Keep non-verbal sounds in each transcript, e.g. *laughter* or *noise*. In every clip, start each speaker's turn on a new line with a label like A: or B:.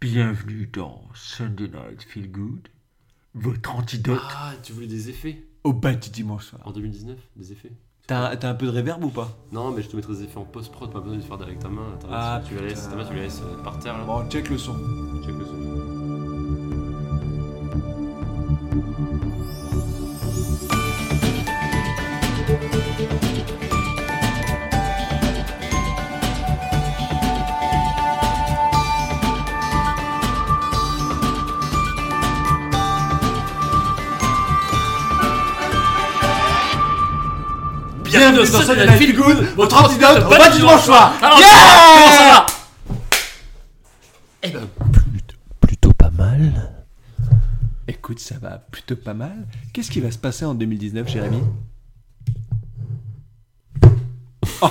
A: Bienvenue dans Sunday Night Feel Good, votre antidote
B: Ah, tu voulais des effets
A: au bas du dimanche soir.
B: en 2019 Des effets
A: T'as t'as un peu de réverb ou pas
B: Non, mais je te mettrai des effets en post-prod, pas besoin de les faire avec ta main. Attends,
A: Ah,
B: tu la laisses,
A: putain.
B: ta main, tu la laisses euh, par terre là.
A: Bon, check le son.
B: Check le son.
A: Bienvenue
B: dans Sunday
A: Night
B: Feel
A: Good,
B: votre antidote au bas du dimanche
A: soir.
B: Alors,
A: Yeah
B: ça va
A: Eh ben, plutôt, plutôt pas mal. Écoute, ça va plutôt pas mal. Qu'est-ce qui va se passer en 2019, Jérémy Oh.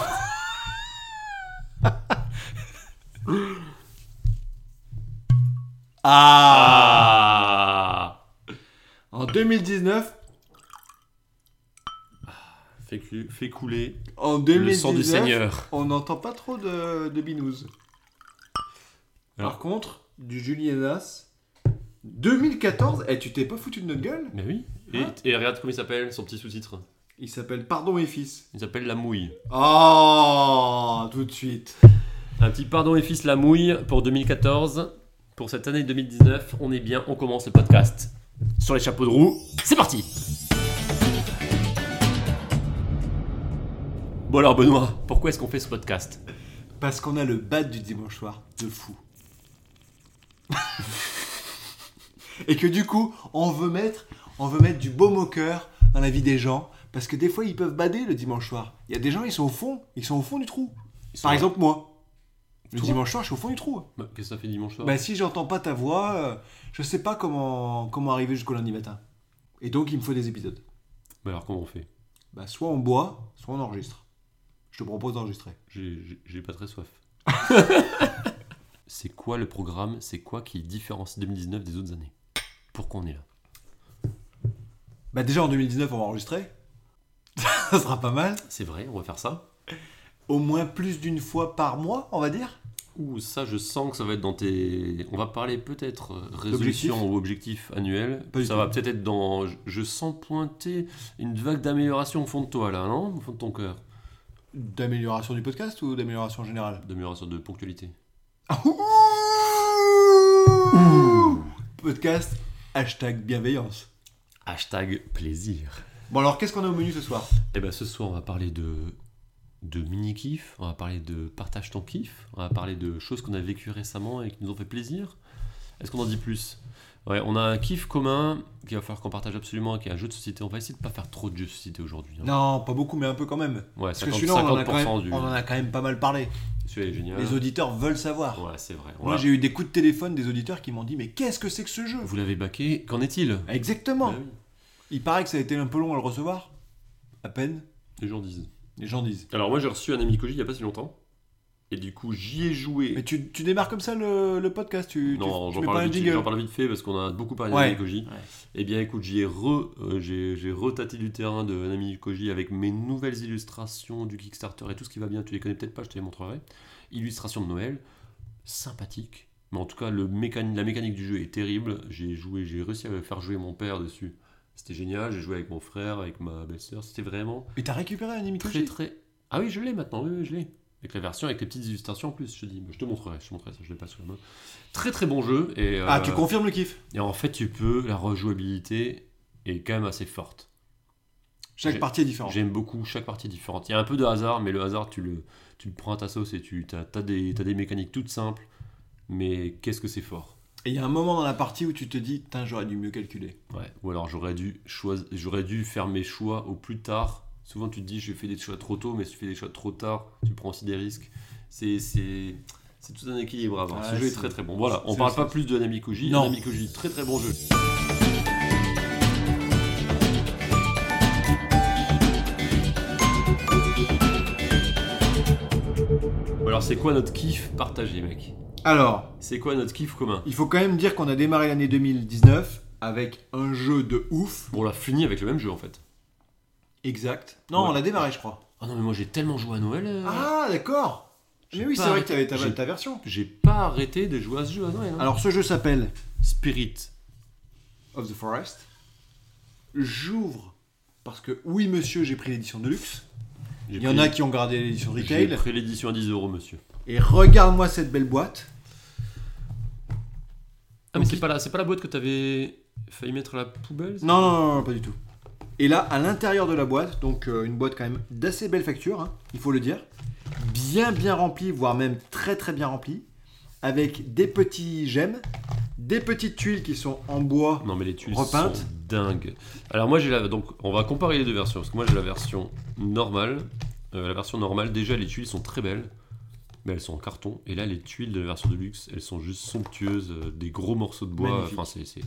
A: ah
B: Ah
A: En 2019,
B: Fais clu- fais couler
A: en
B: le sang du
A: 2019,
B: Seigneur.
A: on n'entend pas trop de, de binouze. Par
B: Alors.
A: contre, du Julienas, 2014, et eh, tu t'es pas foutu de notre gueule
B: Mais oui. Et,
A: Ah.
B: et regarde comment il s'appelle, son petit sous-titre.
A: Il s'appelle Pardon et Fils.
B: Il s'appelle La Mouille.
A: Oh, tout de suite.
B: Un petit pardon et fils La Mouille pour 2014. Pour cette année 2019, on est bien, on commence le podcast. Sur les chapeaux de roue, c'est parti Bon alors Benoît, pourquoi est-ce qu'on fait ce podcast
A: Parce qu'on a le bat du dimanche soir de fou. *laughs* et que du coup, on veut mettre, on veut mettre du beau moqueur dans la vie des gens. Parce que des fois, ils peuvent bader le dimanche soir. Il y a des gens, ils sont au fond, ils sont au fond du trou.
B: Ils sont
A: Par
B: là.
A: exemple, moi. Le
B: Toi
A: dimanche soir, je suis au fond du trou.
B: Bah, Qu'est-ce que ça fait dimanche soir
A: Bah si j'entends pas ta voix, euh, je sais pas comment, comment arriver jusqu'au lundi matin. Et donc il me faut des épisodes.
B: Bah alors comment on fait
A: Bah soit on boit, soit on enregistre. Je te propose d'enregistrer.
B: J'ai- J'ai j'ai pas très *laughs* soif. c'est quoi le programme C'est quoi qui différencie 2019 des autres années Pourquoi on est là
A: Bah déjà en 2019 on va enregistrer. *laughs* ça sera pas mal.
B: C'est vrai, on va faire ça
A: Au moins plus d'une fois par mois, on va dire.
B: Ouh, ça, je sens que ça va être dans tes. On va parler peut-être euh,
A: D'objectifs
B: résolution ou objectif annuel.
A: Pas du
B: ça
A: tout.
B: va peut-être être dans. je- Je sens pointer une vague d'amélioration au fond de toi, là, non Au fond de ton cœur.
A: D'amélioration du podcast ou d'amélioration générale
B: D'amélioration de ponctualité.
A: Podcast, hashtag bienveillance.
B: Hashtag plaisir.
A: Bon alors qu'est-ce qu'on a au menu ce soir
B: Eh ben, ce soir, on va parler de. De mini-kiff, on va parler de partage ton kiff, on va parler de choses qu'on a vécues récemment et qui nous ont fait plaisir. Est-ce qu'on en dit plus Ouais, on a un kiff commun qu'il va falloir qu'on partage absolument, qui est un jeu de société. On va essayer de pas faire trop de jeux de société aujourd'hui. hein.
A: Non, pas beaucoup mais un peu quand même.
B: Ouais,
A: Parce que
B: 50,
A: celui-là on, en a quand
B: 50%
A: même-
B: du.
A: on en a quand même pas mal parlé.
B: Celui-là est génial.
A: Les auditeurs veulent savoir.
B: Euh, Ouais, c'est vrai.
A: Moi,
B: Voilà.
A: j'ai eu des coups de téléphone des auditeurs qui m'ont dit Mais qu'est-ce que c'est que ce jeu
B: Vous l'avez baqué, qu'en est-il
A: Exactement
B: Bah oui,
A: Il paraît que ça a été un peu long à le recevoir. À peine,
B: Les gens disent.
A: les gens disent.
B: Alors, moi, j'ai reçu un ami Koji il n'y a pas si longtemps. Et du coup, j'y ai joué.
A: Mais tu, tu démarres comme ça le, le podcast Tu,
B: non,
A: tu, tu
B: j'en
A: mets pas
B: parle,
A: un
B: vite-
A: jingle
B: j'en parle vite fait parce qu'on a beaucoup parlé
A: Ouais.
B: d'Anami Koji.
A: Ouais.
B: Eh bien, écoute, j'y ai re, euh, j'ai j'ai retâté du terrain de Anami Koji avec mes nouvelles illustrations du Kickstarter et tout ce qui va bien. Tu les connais peut-être pas, je te les montrerai. Illustrations de Noël, sympathique. Mais en tout cas, le mécani- la mécanique du jeu est terrible. J'ai joué, j'ai réussi à faire jouer mon père dessus. C'était génial. J'ai joué avec mon frère, avec ma belle-sœur. C'était vraiment
A: Mais t'as récupéré un
B: très
A: Nimikoshi
B: très. Ah oui, je l'ai maintenant, oui, oui, je l'ai. Avec la version, avec les petites illustrations en plus, je te dis. Je te montrerai, je te montrerai ça, je l'ai pas sous la main. Très très bon jeu. Et,
A: Ah,
B: euh,
A: tu confirmes le kiff
B: Et en fait, tu peux, la rejouabilité est quand même assez forte.
A: Chaque
B: j'ai-
A: partie est différente.
B: J'aime beaucoup, chaque partie est différente. Il y a un peu de hasard, mais le hasard, tu le, tu le prends à ta sauce et tu as, des, t'as des mécaniques toutes simples. Mais qu'est-ce que c'est fort
A: Et il y a un moment dans la partie où tu te dis Putain, j'aurais dû mieux calculer.
B: ouais. Ou alors j'aurais dû, choisi- j'aurais dû faire mes choix au plus tard. Souvent, tu te dis, j'ai fait des choix trop tôt, mais si tu fais des choix trop tard, tu prends aussi des risques. C'est, c'est, c'est tout un équilibre à avoir.
A: Ouais,
B: Ce jeu est
A: c'est-
B: très très bon. Voilà, on
A: c'est-
B: parle
A: c'est-
B: pas plus de Namikoji.
A: Non.
B: Namikoji, très très bon jeu. Alors, c'est quoi notre kiff partagé, mec
A: Alors,
B: C'est quoi notre kiff commun
A: il faut quand même dire qu'on a démarré l'année 2019 avec un jeu de ouf.
B: Bon, On l'a fini avec le même jeu en fait. Oh
A: Exact. Non,
B: Ouais.
A: on l'a démarré, je crois.
B: Ah non, mais moi j'ai tellement joué à Noël. euh.
A: Ah, d'accord
B: J'ai
A: Mais oui,
B: pas
A: c'est vrai que
B: arrêté-
A: t'avais ta,
B: j'ai-
A: ta version.
B: J'ai pas arrêté de jouer à ce jeu à Noël. hein.
A: Alors ce jeu s'appelle
B: Spirit.
A: Of the Forest. J'ouvre parce que oui monsieur j'ai pris l'édition de luxe.
B: J'ai
A: Il y en
B: pris-
A: a qui ont gardé l'édition
B: J'ai
A: retail.
B: pris l'édition à 10 euros, monsieur.
A: Et regarde-moi cette belle boîte.
B: Ah, mais c'est pas, la- c'est pas la boîte que t'avais failli mettre à la poubelle ça
A: Non, non, non, non, pas du tout. Et là, à l'intérieur de la boîte, donc euh, une boîte quand même d'assez belle facture, hein, il faut le dire, bien bien remplie, voire même très très bien remplie, avec des petits gemmes, des petites tuiles qui sont en bois.
B: Non, mais les tuiles
A: Repeinte.
B: sont dingues. Alors moi j'ai la donc on va comparer les deux versions parce que moi j'ai la version normale. Euh, la version normale déjà les tuiles sont très belles, mais elles sont en carton. Et là les tuiles de la version de luxe elles sont juste somptueuses, euh, des gros morceaux de bois.
A: Magnifique.
B: Enfin c'est c'est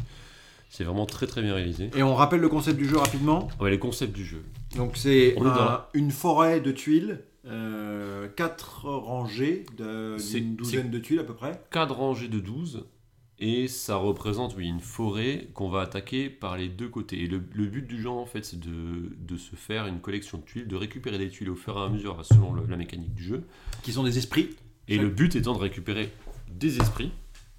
B: c'est vraiment très très bien réalisé.
A: Et on rappelle le concept du jeu rapidement.
B: Ah, mais les concepts du jeu.
A: Donc c'est
B: On est dans
A: un-
B: la-
A: une forêt de tuiles, euh, quatre rangées de-
B: C'est-
A: d'une douzaine de tuiles à peu près.
B: Cadre rangé de 12 et ça représente oui une forêt qu'on va attaquer par les deux côtés. Et le, le but du jeu en fait c'est de, de se faire une collection de tuiles, de récupérer des tuiles au fur et à mesure selon le- la mécanique du jeu.
A: Qui sont des esprits.
B: Et le but étant de récupérer des esprits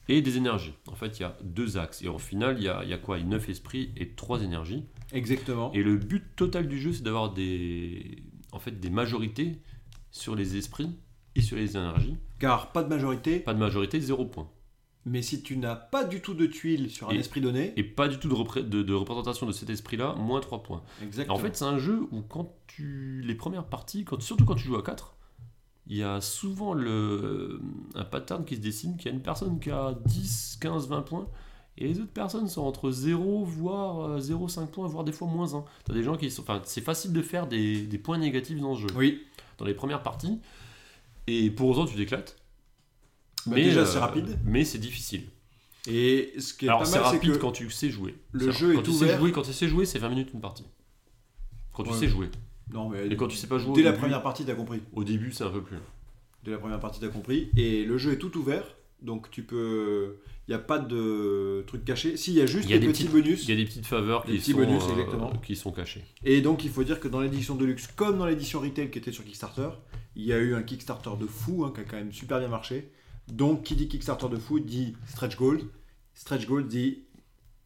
B: et des énergies. En fait, il y a deux axes. Et en final, il y a, il y a quoi 9 esprits et 3 énergies.
A: Exactement.
B: Et le but total du jeu, c'est d'avoir des, en fait, des majorités sur les esprits et sur les énergies.
A: Car pas de majorité,
B: Pas de majorité, 0 point.
A: mais si tu n'as pas du tout de tuiles sur un
B: Et-
A: esprit donné,
B: Et pas du tout de, repré- de- de représentation de cet esprit-là, moins 3 points.
A: exactement.
B: En fait, c'est un jeu où quand tu les premières parties, quand, surtout quand tu joues à 4, il y a souvent le, euh, un pattern qui se dessine, qu'il y a une personne qui a 10, 15, 20 points, et les autres personnes sont entre 0, voire euh, 0,5 points, voire des fois moins 1. T'as des gens qui sont... Enfin, c'est facile de faire des, des points négatifs dans ce jeu,
A: oui.
B: dans les premières parties, et pour autant tu t'éclates.
A: Bah, déjà,
B: euh,
A: c'est rapide.
B: Mais c'est difficile.
A: Et ce qui est
B: Alors
A: pas
B: c'est
A: mal, c'est
B: rapide
A: que
B: quand tu sais jouer.
A: le
B: C'est-
A: jeu
B: quand
A: est
B: tu Sais
A: ouvert.
B: jouer, quand tu sais jouer, c'est 20 minutes une partie. Quand tu
A: Ouais.
B: sais jouer.
A: non, mais
B: Et quand tu sais pas jouer au
A: dès la
B: début-
A: première partie, t'as compris.
B: Au début, c'est un peu plus. long.
A: Dès la première partie, t'as compris. Et le jeu est tout ouvert, donc tu peux. Il n'y a pas de truc caché. Si, il y a juste
B: Il y a
A: des,
B: des
A: petits
B: petites-
A: bonus.
B: Il y a des petites faveurs
A: Des
B: qui,
A: petits
B: sont,
A: bonus,
B: euh,
A: exactement.
B: qui sont cachés.
A: Et donc, il faut dire que dans l'édition Deluxe, comme dans l'édition Retail qui était sur Kickstarter, il y a eu un Kickstarter de fou hein, qui a quand même super bien marché. Donc, qui dit Kickstarter de fou dit Stretch Gold. Stretch Gold dit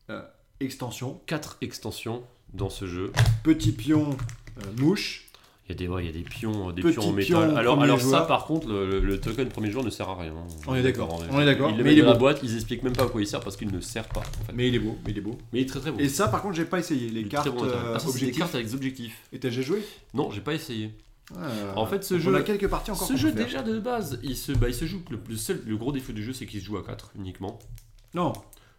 A: euh, extension.
B: Quatre extensions dans ce jeu.
A: Petit pion, euh, mouche.
B: Il y a des, ouais, il y a des pions, euh, des
A: Petit
B: pions en
A: pion,
B: métal. alors,
A: premier
B: alors ça,
A: joueur.
B: par contre, le, le- le token premier joueur ne sert à rien. hein.
A: On est d'accord.
B: hein.
A: On est d'accord.
B: Ils le
A: Mais
B: mettent
A: il est
B: dans la
A: beau.
B: boîte, ils expliquent même pas à quoi il sert parce qu'il ne sert pas. en fait.
A: Mais il est beau, mais il est beau.
B: Mais il est très très beau.
A: Et ça, par contre, j'ai pas essayé. Les
B: Il est
A: cartes
B: très bon matériel.
A: euh,
B: Ah, ça, c'est des
A: objectifs.
B: cartes avec des objectifs.
A: Et t'as déjà joué
B: Non, j'ai pas essayé.
A: Ah.
B: En fait, ce
A: Donc,
B: jeu.
A: On a quelques parties encore.
B: Ce
A: qu'on
B: jeu
A: peut faire.
B: déjà de base, il se, bah, il se joue. Le, le seul, le gros défaut du jeu, c'est qu'il se joue à 4 uniquement.
A: Non.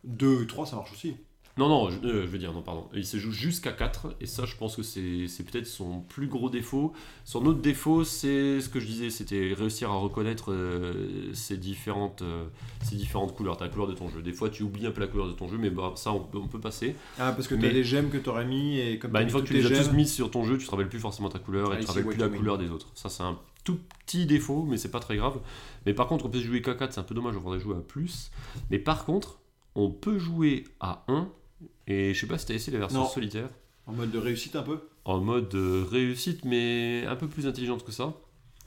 A: 2 et 3, ça marche aussi.
B: Non, non, je, euh, je veux dire, non, pardon. Il se joue jusqu'à 4, et ça, je pense que c'est c'est peut-être son plus gros défaut. Son autre défaut, c'est ce que je disais, c'était réussir à reconnaître euh, ses, différentes, euh, ses différentes couleurs, ta couleur de ton jeu. Des fois, tu oublies un peu la couleur de ton jeu, mais bah, ça, on, peut- on peut passer.
A: Ah, parce que t'as
B: Mais-
A: des gemmes que t'aurais mis et comme
B: Bah,
A: t'as
B: une
A: mis
B: fois que tu
A: toutes
B: les
A: tes
B: as tous
A: gemmes-
B: mis sur ton jeu, tu te rappelles plus forcément ta couleur,
A: Ah,
B: et tu
A: ici,
B: te rappelles
A: what
B: plus la
A: you mean.
B: couleur des autres. Ça, c'est un tout petit défaut, mais c'est pas très grave. Mais par contre, on peut jouer qu'à 4, c'est un peu dommage, on voudrait jouer à plus. Mais par contre, on peut jouer à 1, et je sais pas si t'as essayé la version
A: Non.
B: solitaire.
A: En mode de réussite un peu
B: en mode euh, réussite, mais un peu plus intelligente que ça.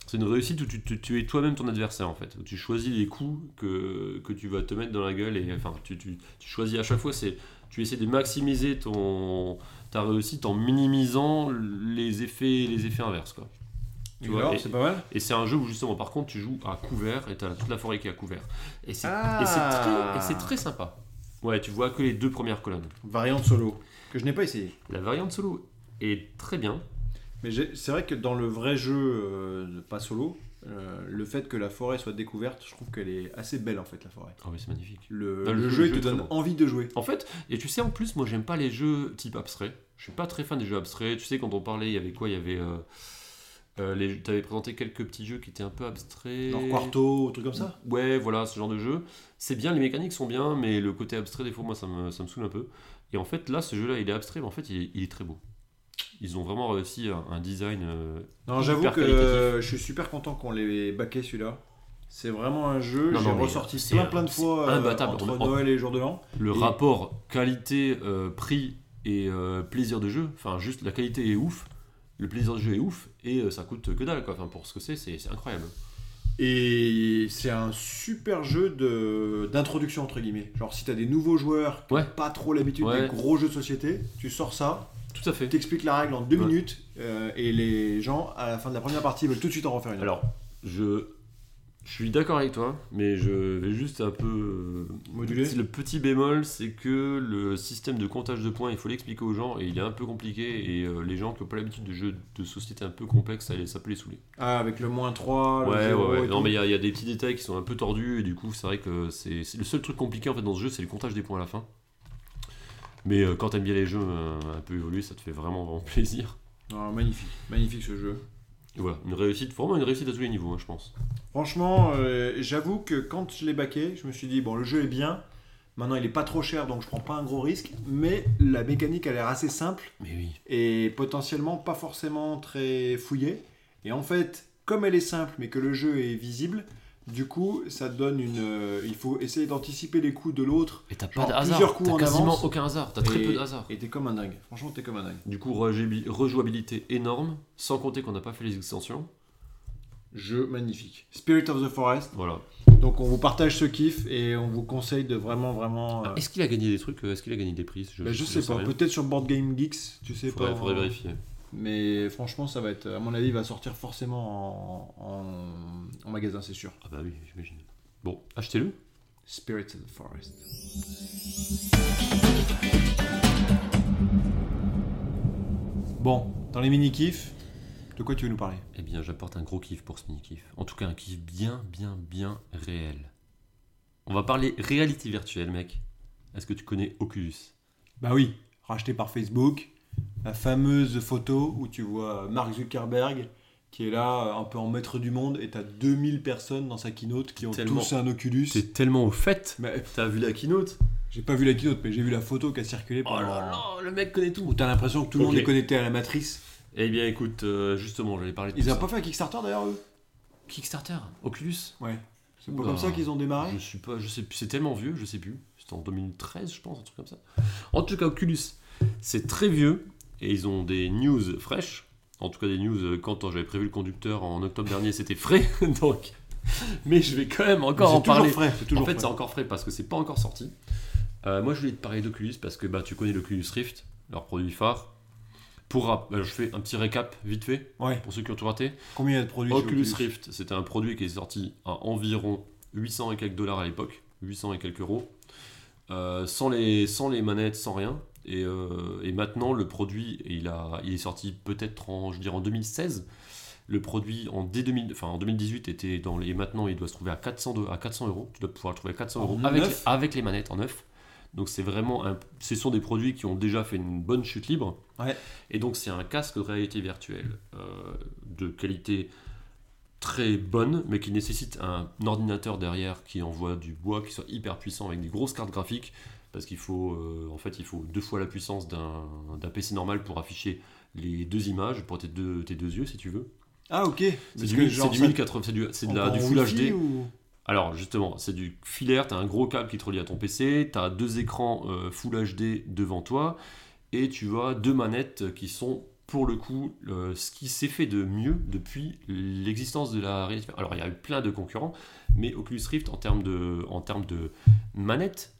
B: C'est une réussite où tu, tu- tu es toi-même ton adversaire en fait, où tu choisis les coups que, que tu vas te mettre dans la gueule et enfin tu, tu- tu choisis à chaque fois, c'est tu essaies de maximiser ton ta réussite en minimisant les effets les effets inverses quoi. Tu
A: Et
B: vois,
A: alors,
B: et-
A: c'est pas mal
B: Et c'est un jeu où justement par contre tu joues à couvert et t'as toute la forêt qui est à couvert. Et c'est
A: Ah.
B: et c'est très, et c'est très sympa. Ouais, tu vois que les deux premières colonnes.
A: Variante solo, que je n'ai pas essayé.
B: La variante solo est très bien.
A: Mais j'ai- c'est vrai que dans le vrai jeu, euh, pas solo, euh, le fait que la forêt soit découverte, je trouve qu'elle est assez belle en fait, la forêt.
B: Ah oui, c'est magnifique.
A: Le,
B: Dans le
A: le
B: jeu,
A: jeu, il
B: le jeu
A: te
B: est très
A: donne
B: bon.
A: envie de jouer.
B: En fait, et tu sais, en plus, moi, j'aime pas les jeux type abstrait. Je suis pas très fan des jeux abstraits. Tu sais, quand on parlait, il y avait quoi Il y avait. Euh, euh, les- T'avais présenté quelques petits jeux qui étaient un peu abstraits.
A: Genre Quarto, ou truc comme ça
B: Ouais, voilà, ce genre de jeu. C'est bien, les mécaniques sont bien, mais le côté abstrait, des fois, moi, ça me, ça me saoule un peu. Et en fait, là, ce jeu-là, il est abstrait, mais en fait, il est, il est très beau. Ils ont vraiment réussi un, un design. euh,
A: Non,
B: Hyper
A: j'avoue que
B: qualitatif.
A: euh, je suis super content qu'on l'ait baqué celui-là. C'est vraiment un jeu,
B: Non,
A: j'ai
B: non, mais
A: ressorti
B: c'est
A: plein
B: un-
A: plein de
B: c'est
A: fois euh,
B: imbattable.
A: entre
B: On- on-
A: Noël et Jour de l'An.
B: le
A: Et-
B: rapport qualité-prix et euh, plaisir de jeu, enfin juste la qualité est ouf, le plaisir de jeu est ouf et euh, ça coûte que dalle quoi. Enfin pour ce que c'est, c'est c'est incroyable.
A: Et c'est un super jeu de- d'introduction, entre guillemets. Genre, si t'as des nouveaux joueurs qui
B: Ouais.
A: n'ont pas trop l'habitude
B: Ouais.
A: des gros jeux de société, tu sors ça,
B: Tout à fait.
A: t'expliques la règle en deux
B: Ouais.
A: minutes, euh, et les gens, à la fin de la première partie, veulent tout de suite en refaire une.
B: Alors, je, je suis d'accord avec toi, mais je vais juste un peu euh,
A: Moduler.
B: Le petit bémol, c'est que le système de comptage de points, il faut l'expliquer aux gens, et il est un peu compliqué, et euh, les gens qui n'ont pas l'habitude de jeux de société un peu complexes, ça, les- ça peut les saouler.
A: Ah, avec le moins 3, le
B: Ouais, ouais,
A: zéro
B: ouais.
A: et
B: Non,
A: tout.
B: mais il y, a- il y a des petits détails qui sont un peu tordus, et du coup, c'est vrai que c'est c'est- le seul truc compliqué en fait dans ce jeu, c'est le comptage des points à la fin. Mais euh, quand t'aimes bien les jeux euh, un peu évolués, ça te fait vraiment, vraiment *laughs* plaisir.
A: Non, Ah, magnifique, magnifique ce jeu.
B: Et voilà, une réussite, vraiment une réussite à tous les niveaux, hein, je pense.
A: Franchement, euh, j'avoue que quand je l'ai baqué, je me suis dit, bon, le jeu est bien, maintenant il est pas trop cher, donc je prends pas un gros risque, mais la mécanique a l'air assez simple
B: Mais oui.
A: et potentiellement pas forcément très fouillée. Et en fait, comme elle est simple, mais que le jeu est visible, du coup, ça donne une. euh, il faut essayer d'anticiper les coups de l'autre
B: Et t'as
A: Genre
B: pas de
A: plusieurs
B: hasard,
A: coups
B: t'as
A: en
B: quasiment
A: avance.
B: aucun hasard, t'as très
A: Et-
B: peu de hasard.
A: et t'es comme un dingue. Franchement, t'es comme un dingue.
B: Du coup, rejouabil- rejouabilité énorme, sans compter qu'on n'a pas fait les extensions.
A: Jeu magnifique. Spirit of the Forest.
B: Voilà.
A: Donc, on vous partage ce kiff et on vous conseille de vraiment, vraiment. euh,
B: Ah, Est-ce qu'il a gagné des trucs euh, Est-ce qu'il a gagné des prises
A: Bah, je sais
B: j'en
A: pas,
B: rien.
A: peut-être sur Board Game Geeks, tu sais
B: Faudrait,
A: pas. hein.
B: faudrait vérifier.
A: Mais franchement, ça va être, à mon avis, il va sortir forcément en, en- en magasin, c'est sûr.
B: Ah bah oui, j'imagine. Bon, achetez-le.
A: Spirit of the Forest. Bon, dans les mini-kifs, de quoi tu veux nous parler
B: Eh bien, j'apporte un gros kiff pour ce mini-kiff. En tout cas, un kiff bien, bien, bien réel. On va parler réalité virtuelle, mec. Est-ce que tu connais Oculus
A: Bah oui, racheté par Facebook, la fameuse photo où tu vois Mark Zuckerberg qui est là, euh, un peu en maître du monde, et t'as 2000 personnes dans sa keynote qui ont
B: Tellement.
A: tous un Oculus.
B: C'est tellement au fait
A: Mais euh,
B: T'as vu la keynote
A: J'ai pas vu la keynote, mais j'ai vu la photo qui a circulé
B: Oh
A: pendant...
B: là là, le mec connaît
A: Où
B: tout
A: t'as l'impression que tout le
B: Ok.
A: monde est connecté à la matrice.
B: Eh bien, écoute, euh, justement, j'allais parler de
A: Ils
B: tout
A: ont
B: ça.
A: pas fait un Kickstarter d'ailleurs, eux
B: Kickstarter Oculus
A: Ouais. C'est pas
B: Oula.
A: comme ça qu'ils ont démarré
B: Je suis pas, je sais plus, c'est tellement vieux, je sais plus. C'était en 2013, je pense, un truc comme ça. En tout cas, Oculus, c'est très vieux et ils ont des news fraîches. En tout cas, des news euh, quand euh, j'avais prévu le conducteur en octobre dernier, c'était frais. *laughs* Donc, mais je vais quand même
A: Mais
B: encore en
A: C'est toujours
B: parler.
A: frais, c'est toujours
B: en fait,
A: frais.
B: c'est encore frais parce que c'est pas encore sorti. Euh, moi, je voulais te parler d'Oculus parce que bah, tu connais l'Oculus Rift, leur produit phare. Pour, rap- euh, je fais un petit récap vite fait
A: Ouais.
B: pour ceux qui ont tout raté.
A: Combien il y a de produits chez
B: Oculus Rift, c'était un produit qui est sorti à environ 800 et quelques dollars à l'époque, 800 et quelques euros, euh, sans, les, sans les manettes, sans rien. Et, euh, et maintenant, le produit, il, a, il est sorti peut-être en, je dirais en 2016. Le produit en, dès 2000, enfin, en 2018 était dans les. Et maintenant, il doit se trouver à 400, do- à 400 euros. Tu dois pouvoir le trouver à 400
A: En
B: euros avec,
A: neuf
B: avec les manettes en neuf. Donc, c'est vraiment. Un, ce sont des produits qui ont déjà fait une bonne chute libre.
A: Ouais.
B: Et donc, c'est un casque de réalité virtuelle euh, de qualité très bonne, mais qui nécessite un ordinateur derrière qui envoie du bois, qui soit hyper puissant avec des grosses cartes graphiques, parce qu'il faut, euh, en fait, il faut deux fois la puissance d'un d'un PC normal pour afficher les deux images, pour tes deux, tes deux yeux, si tu veux.
A: Ah, ok.
B: C'est du, 1000 c'est du 1080, c'est du, c'est de la- du Full HD. Alors justement, c'est du filaire, t'as un gros câble qui te relie à ton PC, t'as deux écrans euh, Full HD devant toi, et tu as deux manettes qui sont pour le coup euh, ce qui s'est fait de mieux depuis l'existence de la réalité. Alors il y a eu plein de concurrents, mais Oculus Rift en termes de, en termes de manettes,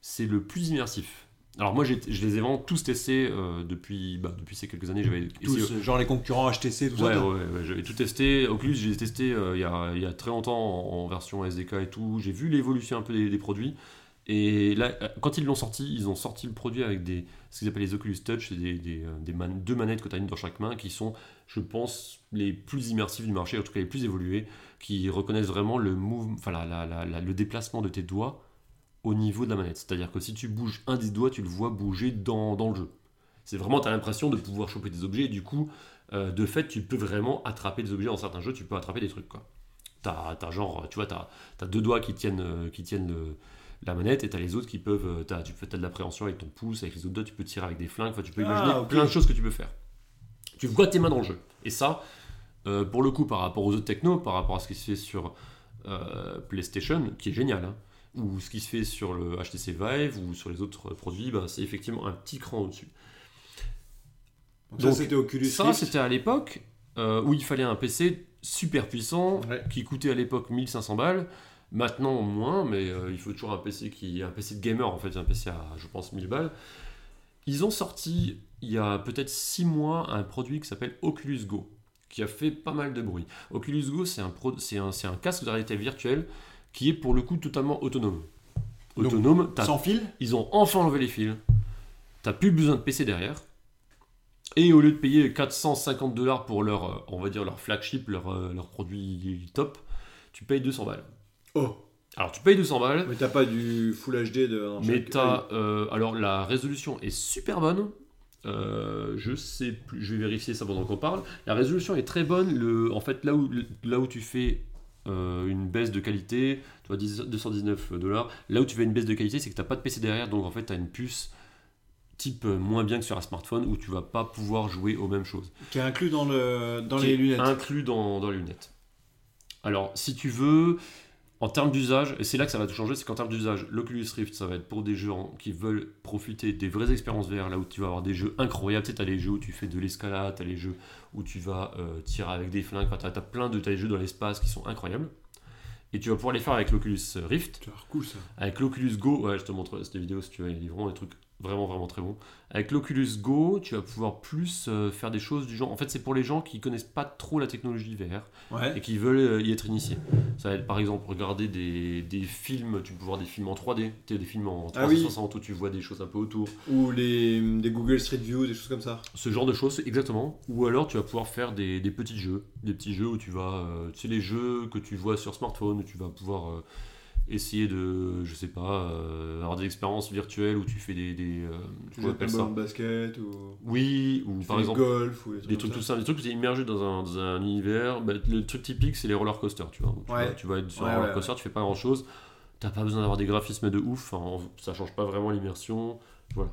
B: c'est le plus immersif. Alors moi j'ai- je les ai vraiment tous testés euh, depuis, bah, depuis ces quelques années, j'avais essayé
A: Tous, genre les concurrents HTC, tout
B: Ouais,
A: ça.
B: ouais, ouais, j'avais tout testé. Oculus, je les ai testés euh, il y, a, il y a très longtemps en, en version SDK et tout. J'ai vu l'évolution un peu des, des produits. Et là, euh, quand ils l'ont sorti, ils ont sorti le produit avec des, ce qu'ils appellent les Oculus Touch, c'est des, des, euh, des man- deux manettes que tu as une dans chaque main qui sont, je pense, les plus immersives du marché, en tout cas les plus évoluées, qui reconnaissent vraiment le, mouvement, enfin, la- la- la- la- le déplacement de tes doigts au niveau de la manette. C'est-à-dire que si tu bouges un des doigts, tu le vois bouger dans, dans le jeu. C'est vraiment, tu as l'impression de pouvoir choper des objets et du coup, euh, de fait, tu peux vraiment attraper des objets. Dans certains jeux, tu peux attraper des trucs. quoi. T'as, t'as genre, tu vois, t'as, t'as deux doigts qui tiennent, euh, qui tiennent le- la manette et t'as les autres qui peuvent. euh, T'as, tu peux, t'as de l'appréhension avec ton pouce, avec les autres doigts, tu peux tirer avec des flingues. Enfin, tu peux
A: Ah,
B: imaginer
A: ok.
B: plein de choses que tu peux faire. Tu vois tes mains dans le jeu. Et ça, euh, pour le coup, par rapport aux autres technos, par rapport à ce qui se fait sur euh, PlayStation, qui est génial, hein, ou ce qui se fait sur le HTC Vive ou sur les autres produits, bah, c'est effectivement un petit cran au-dessus.
A: Donc, ça,
B: Donc,
A: c'était Oculus
B: Ça,
A: Rift.
B: c'était à l'époque euh, où il fallait un PC super puissant,
A: Ouais.
B: qui coûtait à l'époque 1500 balles. Maintenant, moins, mais euh, il faut toujours un PC qui un PC de gamer en fait, un PC à, je pense, 1000 balles. Ils ont sorti, il y a peut-être 6 mois, un produit qui s'appelle Oculus Go, qui a fait pas mal de bruit. Oculus Go, c'est un, pro- c'est un, c'est un casque de réalité virtuelle qui est pour le coup totalement autonome.
A: Donc,
B: Autonome, t'as
A: Sans fil
B: ils ont enfin enlevé les fils. T'as plus besoin de PC derrière. Et au lieu de payer 450 dollars pour leur, euh, on va dire leur flagship, leur, euh, leur produit top, tu payes 200 balles.
A: Oh
B: Alors tu payes 200 balles,
A: Mais t'as pas du Full HD de. dans
B: mais
A: chaque-
B: t'as, euh, alors la résolution est super bonne. Euh, je sais plus, je vais vérifier ça pendant qu'on parle. La résolution est très bonne. Le, en fait, là où, là où tu fais euh, une baisse de qualité, tu vois 10 219 dollars. Là où tu fais une baisse de qualité, c'est que t'as pas de PC derrière, donc en fait t'as une puce type euh, moins bien que sur un smartphone où tu vas pas pouvoir jouer aux mêmes choses.
A: Qui est inclus dans, le... dans
B: Qui
A: les
B: est
A: lunettes.
B: Inclus dans, dans les lunettes. Alors, si tu veux, en termes d'usage, et c'est là que ça va tout changer, c'est qu'en termes d'usage, l'Oculus Rift, ça va être pour des gens qui veulent profiter des vraies expériences VR, là où tu vas avoir des jeux incroyables. Tu sais, t'as les jeux où tu fais de l'escalade, t'as les jeux où tu vas euh, tirer avec des flingues, enfin, t'as t'as plein de t'as des jeux dans l'espace qui sont incroyables. Et tu vas pouvoir les faire avec l'Oculus Rift.
A: Tu vois, cool ça.
B: Avec l'Oculus Go, ouais, je te montre cette vidéo si tu veux, il y a vraiment des trucs vraiment vraiment très bons. Avec l'Oculus Go, tu vas pouvoir plus euh, faire des choses du genre. En fait, c'est pour les gens qui connaissent pas trop la technologie VR et
A: Ouais.
B: qui veulent euh, y être initiés. Ça va être par exemple regarder des, des films, tu peux voir des films en 3D, tu sais, des films en
A: Ah oui.
B: 360 où tu vois des choses un peu autour.
A: Ou les... des Google Street View, des choses comme ça.
B: Ce genre de choses, exactement. Ou alors tu vas pouvoir faire des, des petits jeux. Des petits jeux où tu vas. euh, tu sais, les jeux que tu vois sur smartphone, où tu vas pouvoir euh, essayer de. Je sais pas. euh, avoir des expériences virtuelles où tu fais des. des euh,
A: Tu
B: comment on
A: joues à
B: appelle
A: un
B: ça
A: ballon de basket ou.
B: Oui, ou
A: tu fais
B: par
A: du
B: exemple.
A: golf ou des trucs,
B: Des trucs
A: comme
B: tout
A: ça.
B: simples, des trucs où tu es immergé dans un, dans un univers. Bah, le truc typique, c'est les roller coasters, tu vois. où Tu,
A: Ouais.
B: vas, tu vas être sur
A: Ouais,
B: un roller
A: ouais,
B: coaster, tu fais pas grand chose. T'as pas besoin d'avoir des graphismes de ouf, enfin, ça change pas vraiment l'immersion. Voilà.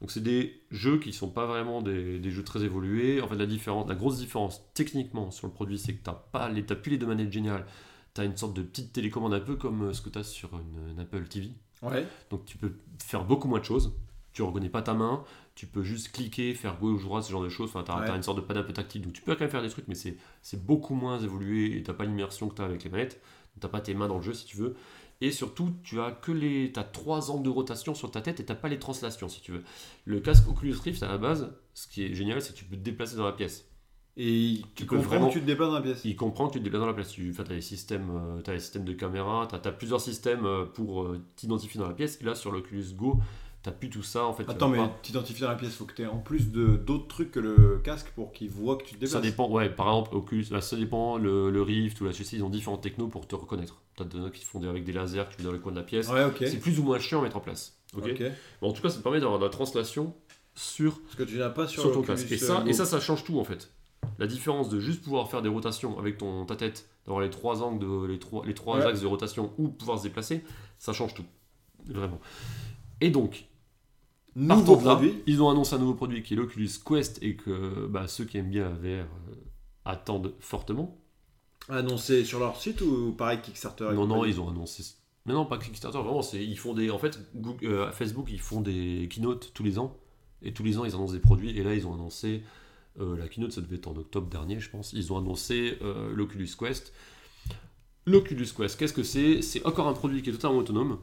B: Donc, c'est des jeux qui sont pas vraiment des, des jeux très évolués. En fait, la, différence, la grosse différence techniquement sur le produit, c'est que t'as, pas les, t'as plus les deux manettes géniales. T'as une sorte de petite télécommande un peu comme euh, ce que t'as sur une, une Apple TV.
A: Ouais.
B: Donc tu peux faire beaucoup moins de choses. Tu reconnais pas ta main, tu peux juste cliquer, faire gauche, droite, ce genre de choses. Enfin, t'as
A: Ouais.
B: t'as une sorte de panne un peu tactile, donc tu peux quand même faire des trucs, mais c'est c'est beaucoup moins évolué et t'as pas l'immersion que t'as avec les manettes. T'as pas tes mains dans le jeu si tu veux. Et surtout, tu as que les, t'as trois angles de rotation sur ta tête et t'as pas les translations si tu veux. Le casque Oculus Rift à la base, ce qui est génial, c'est que tu peux te déplacer dans la pièce.
A: Et tu
B: Tu peux
A: comprends
B: vraiment-
A: que tu te déplaces dans la pièce.
B: Il comprend que tu te déplaces dans la place. Tu as les systèmes, euh, t'as les systèmes de caméra, tu as, plusieurs systèmes euh, pour euh, t'identifier dans la pièce. Et là, sur l'Oculus Go, tu plus tout ça. En fait, tu
A: Attends,
B: vas
A: mais
B: pas-
A: t'identifies dans la pièce, faut que t'aies en plus de- d'autres trucs que le casque pour qu'il voit que tu te
B: Ça
A: déplaces.
B: dépend, ouais, par exemple, Oculus, là, ça dépend, le, le Rift ou la Suisse, ils ont différents technos pour te reconnaître. Tu as des gens qui font des- avec des lasers que tu mets dans le coin de la pièce.
A: Ouais, Ah, ok.
B: C'est plus ou moins chiant à mettre en place. ok
A: Ok.
B: Mais en tout cas, ça te permet d'avoir de la translation sur
A: Parce que tu n'as pas sur,
B: sur ton
A: l'Oculus,
B: casque. Et
A: euh,
B: ça,
A: Go.
B: et ça, ça change tout en fait. La différence de juste pouvoir faire des rotations avec ton, ta tête, d'avoir les trois angles, de, les trois, les trois
A: Ouais.
B: axes de rotation ou pouvoir se déplacer, ça change tout. Vraiment. Et donc,
A: nouveau
B: partant de là,
A: produit.
B: ils ont annoncé un nouveau produit qui est l'Oculus Quest et que bah, ceux qui aiment bien la VR euh, attendent fortement.
A: Annoncé sur leur site ou pareil Kickstarter et
B: Non, non,
A: compagnie
B: ils ont annoncé. Mais non, pas Kickstarter, vraiment, c'est, ils font des. En fait, Google- euh, Facebook, ils font des keynotes tous les ans. Et tous les ans, ils annoncent des produits. Et là, ils ont annoncé. euh, la keynote, ça devait être en octobre dernier, je pense. Ils ont annoncé euh, l'Oculus Quest. L'Oculus Quest, qu'est-ce que c'est C'est encore un produit qui est totalement autonome.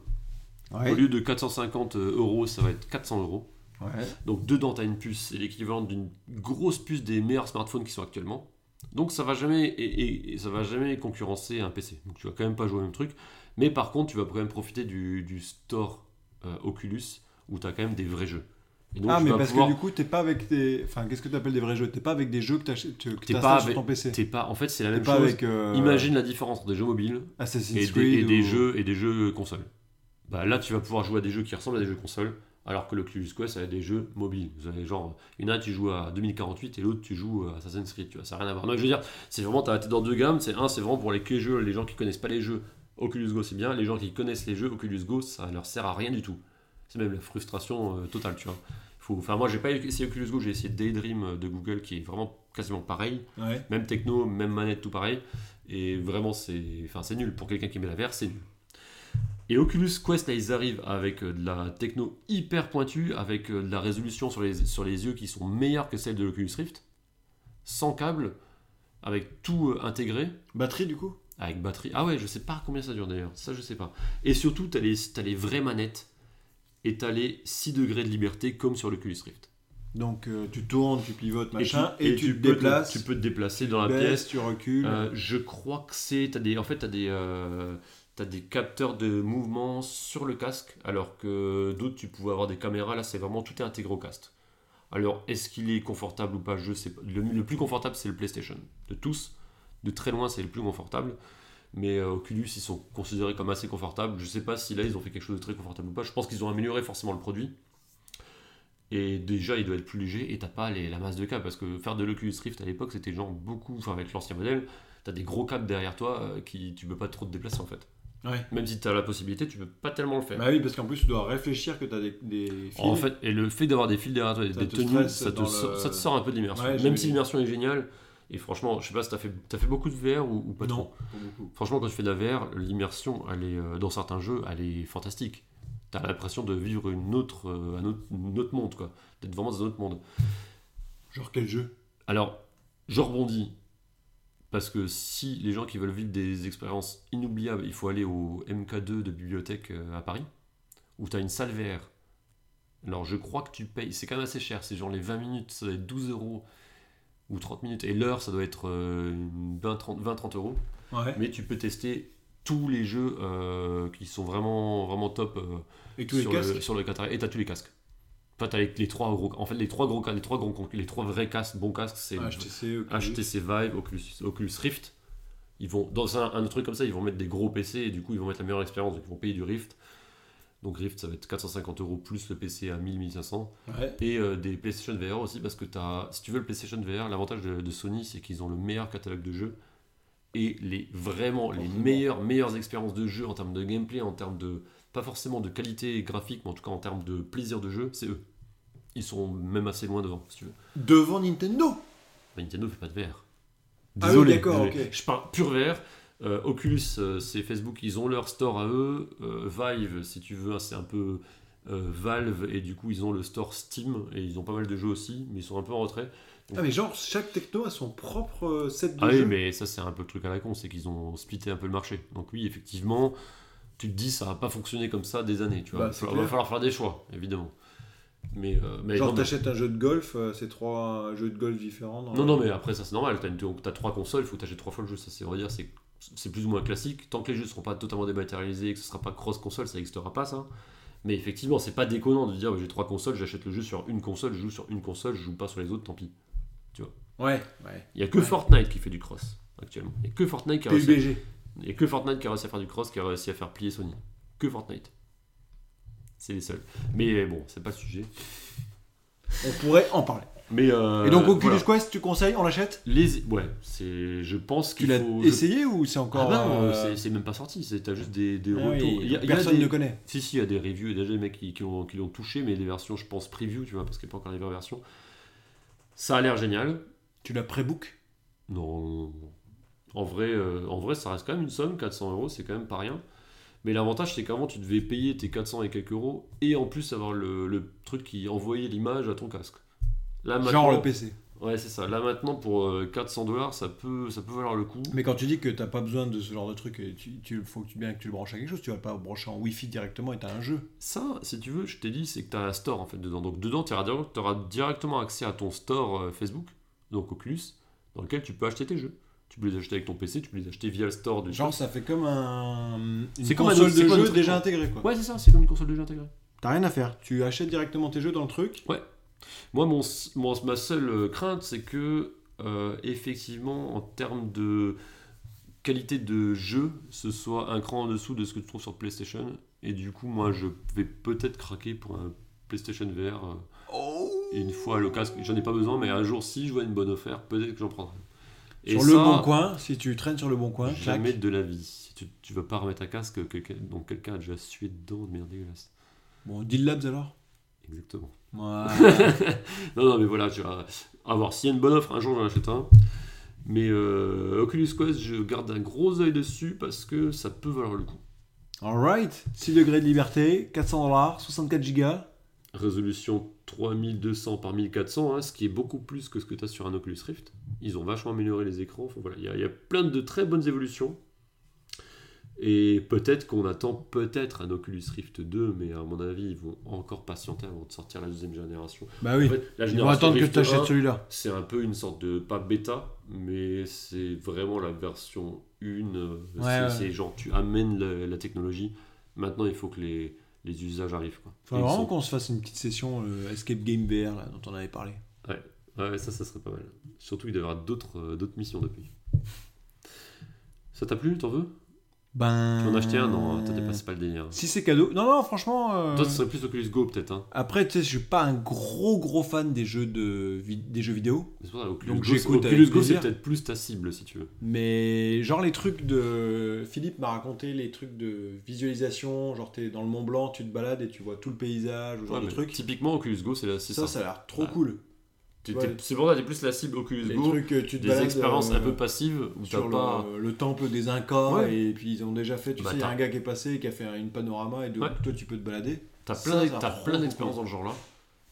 A: Ouais.
B: Au lieu de 450 euh, euros, ça va être 400 euros.
A: Ouais.
B: Donc dedans, tu as une puce, c'est l'équivalent d'une grosse puce des meilleurs smartphones qui sont actuellement. Donc ça va jamais et, et- et ça va jamais concurrencer un PC. Donc tu vas quand même pas jouer au même truc, mais par contre, tu vas quand même profiter du, du store euh, Oculus où tu as quand même des vrais jeux. Et donc
A: ah,
B: tu
A: mais
B: vas
A: parce
B: pouvoir-
A: que du coup, t'es pas avec des. Enfin, qu'est-ce que t'appelles des vrais jeux T'es pas avec des jeux que t'achètes que
B: T'es
A: t'installes
B: pas
A: sur
B: avec-
A: ton PC.
B: t'es pas en fait, c'est la
A: T'es
B: même
A: pas
B: chose.
A: avec. euh,
B: Imagine la différence entre des jeux mobiles et
A: Assassin's
B: des, et
A: Creed.
B: des
A: ou-
B: jeux et des jeux consoles. Bah là, tu vas pouvoir jouer à des jeux qui ressemblent à des jeux consoles, alors que le Oculus Quest, ça a des jeux mobiles. Vous avez genre, il y en a un, tu joues à 2048 et l'autre, tu joues à Assassin's Creed. Tu vois, ça n'a rien à voir. Non, je veux dire, c'est vraiment, t'as- t'es dans deux gammes. C'est un, c'est vraiment pour les que jeux, les gens qui connaissent pas les jeux. Oculus Go, c'est bien. Les gens qui connaissent les jeux, Oculus Go, ça leur sert à rien du tout. C'est même la frustration euh, totale, tu vois. Faut, enfin, moi, j'ai pas essayé Oculus Go, j'ai essayé Daydream euh, de Google, qui est vraiment quasiment pareil
A: Ouais.
B: même techno, même manette, tout pareil. Et vraiment, c'est enfin, c'est nul. Pour quelqu'un qui met la VR, c'est nul. Et Oculus Quest, là, ils arrivent avec euh, de la techno hyper pointue, avec euh, de la résolution sur les, sur les yeux qui sont meilleures que celles de l'Oculus Rift, sans câble, avec tout euh, intégré,
A: Batterie du coup
B: avec batterie. Ah ouais, je sais pas combien ça dure d'ailleurs, ça je sais pas. Et surtout, t'as les, t'as les vraies manettes et t'as les 6 degrés de liberté comme sur l'Oculus Rift.
A: Donc euh, tu tournes, tu pivotes,
B: Et
A: machin,
B: tu-
A: et,
B: et
A: tu, te
B: peux
A: déplaces,
B: Tu peux te déplacer dans la
A: tu
B: pièce.
A: baisses, tu recules.
B: Euh, je crois que c'est. T'as des, en fait, t'as des, euh, t'as des capteurs de mouvement sur le casque, alors que d'autres, tu pouvais avoir des caméras. Là, c'est vraiment tout est intégré au casque. Alors, est-ce qu'il est confortable ou pas Je sais pas. Le, le plus confortable, c'est le PlayStation. De tous, de très loin, c'est le plus confortable. Mais euh, Oculus, ils sont considérés comme assez confortables. Je sais pas si là, ils ont fait quelque chose de très confortable ou pas. Je pense qu'ils ont amélioré forcément le produit. Et déjà, il doit être plus léger et t'as pas les- la masse de câbles. Parce que faire de l'Oculus Rift à l'époque, c'était genre beaucoup, enfin avec l'ancien modèle, t'as des gros câbles derrière toi euh, qui tu peux pas trop te déplacer en fait.
A: Ouais.
B: Même si t'as la possibilité, tu peux pas tellement le faire.
A: Bah oui, parce qu'en plus tu dois réfléchir que t'as des, des fils.
B: en fait, et le fait d'avoir des fils derrière toi, et
A: Ça
B: des
A: te
B: tenues,
A: stresse
B: ça te,
A: dans
B: so-
A: le-
B: ça te sort un peu de l'immersion.
A: Ouais, j'ai
B: Même
A: vu.
B: si l'immersion est géniale, et franchement, je sais pas si t'as fait, t'as fait beaucoup de VR ou, ou pas
A: Non.
B: trop. Franchement, quand tu fais de la VR, l'immersion, elle est, euh, dans certains jeux, elle est fantastique. T'as l'impression de vivre une autre, euh, un autre, une autre monde, quoi. D'être vraiment dans un autre monde.
A: Genre quel jeu
B: Alors, je rebondis. Parce que si les gens qui veulent vivre des expériences inoubliables, il faut aller au MK2 de bibliothèque euh, à Paris, où tu as une salle VR. Alors, je crois que tu payes, c'est quand même assez cher, c'est genre les 20 minutes, ça doit être 12 euros ou 30 minutes, et l'heure, ça doit être euh, 20-30 euros.
A: Ouais.
B: Mais tu peux tester tous les jeux euh, qui sont vraiment, vraiment top euh,
A: Et tous les
B: sur,
A: casques
B: le, sur le cataract. Et t'as tous les casques. Enfin, t'as les, les trois gros. En fait, les trois gros casques, les trois gros, con- les trois vrais casques, bons casques,
A: Ah,
B: c'est
A: HTC, Oculus.
B: HTC Vive, Oculus, Oculus Rift. Ils vont dans un, un truc comme ça, ils vont mettre des gros PC et du coup ils vont mettre la meilleure expérience. Donc ils vont payer du Rift. Donc Rift, ça va être 450 euros plus le PC à 1000, 1500
A: Ouais.
B: et euh, des PlayStation VR aussi parce que t'as, si tu veux le PlayStation VR, l'avantage de, de Sony c'est qu'ils ont le meilleur catalogue de jeux et les vraiment les
A: Forcément.
B: meilleures meilleures expériences de jeu en termes de gameplay, en termes de pas forcément de qualité graphique, mais en tout cas en termes de plaisir de jeu, c'est eux. Ils sont même assez loin devant, si tu veux.
A: Devant Nintendo
B: Bah, Nintendo fait pas de VR.
A: Ah oui,
B: Désolé.
A: d'accord,
B: désolé.
A: ok.
B: Je parle pur VR. Euh, Oculus, euh, c'est Facebook, ils ont leur store à eux. Euh, Vive, si tu veux, c'est un peu euh, Valve. Et du coup, ils ont le store Steam. Et ils ont pas mal de jeux aussi, mais ils sont un peu en retrait.
A: Ah mais genre chaque techno a son propre euh, set de
B: Ah oui,
A: jeux.
B: mais ça, c'est un peu le truc à la con. C'est qu'ils ont splitté un peu le marché. Donc, oui, effectivement, tu te dis, ça va pas fonctionner comme ça des années. Tu vois.
A: Bah, c'est
B: Il va
A: clair.
B: falloir faire des choix, évidemment. Mais, euh, mais
A: Genre
B: non, mais-
A: t'achètes un jeu de golf, euh, c'est trois jeux de golf différents. dans
B: Non,
A: le-
B: non, mais après, ça c'est normal. T'as, une- t'as trois consoles, il faut t'acheter trois fois le jeu. Ça, c'est, on va dire, c'est, c'est plus ou moins classique. Tant que les jeux ne seront pas totalement dématérialisés, que ce ne sera pas cross-console, ça n'existera pas ça. Mais effectivement, c'est pas déconnant de dire bah, j'ai trois consoles, j'achète le jeu sur une console, je joue sur une console, je joue pas sur les autres, tant pis.
A: Ouais. ouais.
B: Il y a que Fortnite qui fait du cross actuellement. Il y a que Fortnite qui a réussi à-
A: PUBG.
B: il y a que Fortnite qui a réussi à faire du cross, qui a réussi à faire plier Sony. Que Fortnite. C'est les seuls. Mais bon, c'est pas le sujet.
A: On pourrait en parler.
B: Mais euh,
A: Et donc Oculus
B: voilà.
A: Quest, tu conseilles, on l'achète
B: les ouais, c'est je pense
A: Tu
B: qu'il
A: l'as
B: faut je
A: essayé ou c'est
B: Ah
A: encore
B: ben,
A: euh,
B: c'est- c'est même pas sorti, c'est- t'as juste des, des
A: ah oui,
B: retours. Il y a- il y a
A: personne
B: des-
A: ne connaît.
B: Si, si, il y a des reviews, il y a déjà des mecs qui, qui l'ont qui l'ont touché, mais des versions, je pense, preview, tu vois, parce qu'il n'y a pas encore les vraies versions. Ça a l'air génial.
A: Tu l'as pré-book
B: Non. En vrai, euh, en vrai, ça reste quand même une somme, 400 euros, c'est quand même pas rien. Mais l'avantage, c'est qu'avant, tu devais payer tes 400 et quelques euros, et en plus avoir le, le truc qui envoyait l'image à ton casque. Là,
A: Genre le
B: Ah, maintenant-
A: PC.
B: Ouais, c'est ça. Là, maintenant, pour euh, 400 dollars, ça peut, ça peut valoir le coup.
A: Mais quand tu dis que t'as pas besoin de ce genre de truc, et tu, tu- faut que tu, bien que tu le branches à quelque chose, tu vas pas brancher en Wi-Fi directement et t'as un jeu.
B: Ça, si tu veux, je t'ai dit, c'est que tu as un store en fait dedans. Donc dedans, tu auras directement accès à ton store euh, Facebook, donc Oculus, dans lequel tu peux acheter tes jeux. Tu peux les acheter avec ton PC, tu peux les acheter via le store du
A: Genre ça fait comme un une
B: C'est comme un
A: console
B: autre- c'est
A: de
B: quoi le
A: jeu
B: truc
A: déjà
B: qu'on-
A: intégrée quoi.
B: Ouais, c'est ça, c'est comme une console de jeu intégrée.
A: T'as rien à faire, tu achètes directement tes jeux dans le truc.
B: Moi, mon, s- mon- ma seule euh, crainte, c'est que, euh, effectivement, en termes de qualité de jeu, ce soit un cran en dessous de ce que tu trouves sur PlayStation. Et du coup, moi, je vais peut-être craquer pour un PlayStation VR. euh, Et une fois le casque, j'en ai pas besoin, mais un jour, si je vois une bonne offre, peut-être que j'en prendrai.
A: sur
B: ça,
A: le bon coin, si tu traînes sur le bon coin, clac.
B: jamais de la vie. Tu, tu vas pas remettre un casque quelqu'un- dont quelqu'un a déjà sué dedans de manière dégueulasse.
A: Bon, Deal Labs alors
B: Exactement.
A: *laughs* Ouais.
B: Non, non, mais voilà, tu vas avoir. S'il y a une bonne offre, un jour j'en achète un. Mais euh, Oculus Quest, je garde un gros œil dessus parce que ça peut valoir le coup.
A: Alright, 6 degrés de liberté, 400 dollars, 64 gigas.
B: Résolution 3200 par 1400, hein, ce qui est beaucoup plus que ce que tu as sur un Oculus Rift. Ils ont vachement amélioré les écrans. Enfin, voilà, il y a- il y, a plein de très bonnes évolutions. Et peut-être qu'on attend peut-être un Oculus Rift 2, mais à mon avis, ils vont encore patienter avant de sortir la deuxième génération.
A: Bah
B: En
A: oui.
B: fait, la
A: Ils vont
B: génération
A: attendre que
B: Rift oh.
A: tu achètes
B: 1,
A: celui-là.
B: c'est un peu une sorte de, pas bêta, mais c'est vraiment la version 1. euh,
A: Ouais,
B: c'est
A: ouais.
B: c'est genre, tu amènes la, la technologie. Maintenant, il faut que les, les usages arrivent. Quoi.
A: Faut
B: Et ils
A: vraiment
B: sont-
A: qu'on se fasse une petite session euh, Escape Game VR là, dont on avait parlé.
B: Ouais, ça, ça serait pas mal. Surtout qu'il doit y avoir d'autres euh, d'autres missions depuis. Ça t'a plu, t'en veux
A: Ben.
B: Tu en as acheté un Non, hein, toi, t'es pas, c'est pas le délire.
A: Si c'est cadeau. Non, non, franchement. euh,
B: Toi, ce serait plus Oculus Go, peut-être. Hein.
A: Après, tu sais, je suis pas un gros gros fan des jeux, de... vi- des jeux vidéo,
B: Mais c'est pour ça, Oculus
A: Donc,
B: Go, c'est-
A: j'écoute avec
B: Oculus Go, c'est
A: plaisir.
B: peut-être plus ta cible, si tu veux.
A: mais genre les trucs de. Philippe m'a raconté les trucs de visualisation, genre t'es dans le Mont Blanc, tu te balades et tu vois tout le paysage, ou genre
B: Ouais,
A: de
B: mais
A: trucs.
B: Typiquement, Oculus Go, c'est la- c'est
A: Ça,
B: ça.
A: ça a l'air trop
B: Ah,
A: cool.
B: T'es-
A: ouais.
B: t'es- C'est pour ça, t'es plus la cible Oculus
A: Les
B: Go.
A: trucs, euh, tu te
B: Des
A: balades,
B: expériences un
A: euh,
B: peu passives où t'as
A: sur le,
B: pas.
A: le temple des Incas
B: Ouais.
A: et puis ils ont déjà fait tu
B: Bah,
A: sais il y a
B: t'as-
A: un gars qui est passé et qui a fait une panorama et donc
B: Ouais.
A: toi tu peux te balader
B: T'as
A: Ça,
B: plein,
A: ça
B: t'as
A: rend
B: plein
A: beaucoup.
B: d'expériences dans le genre-là.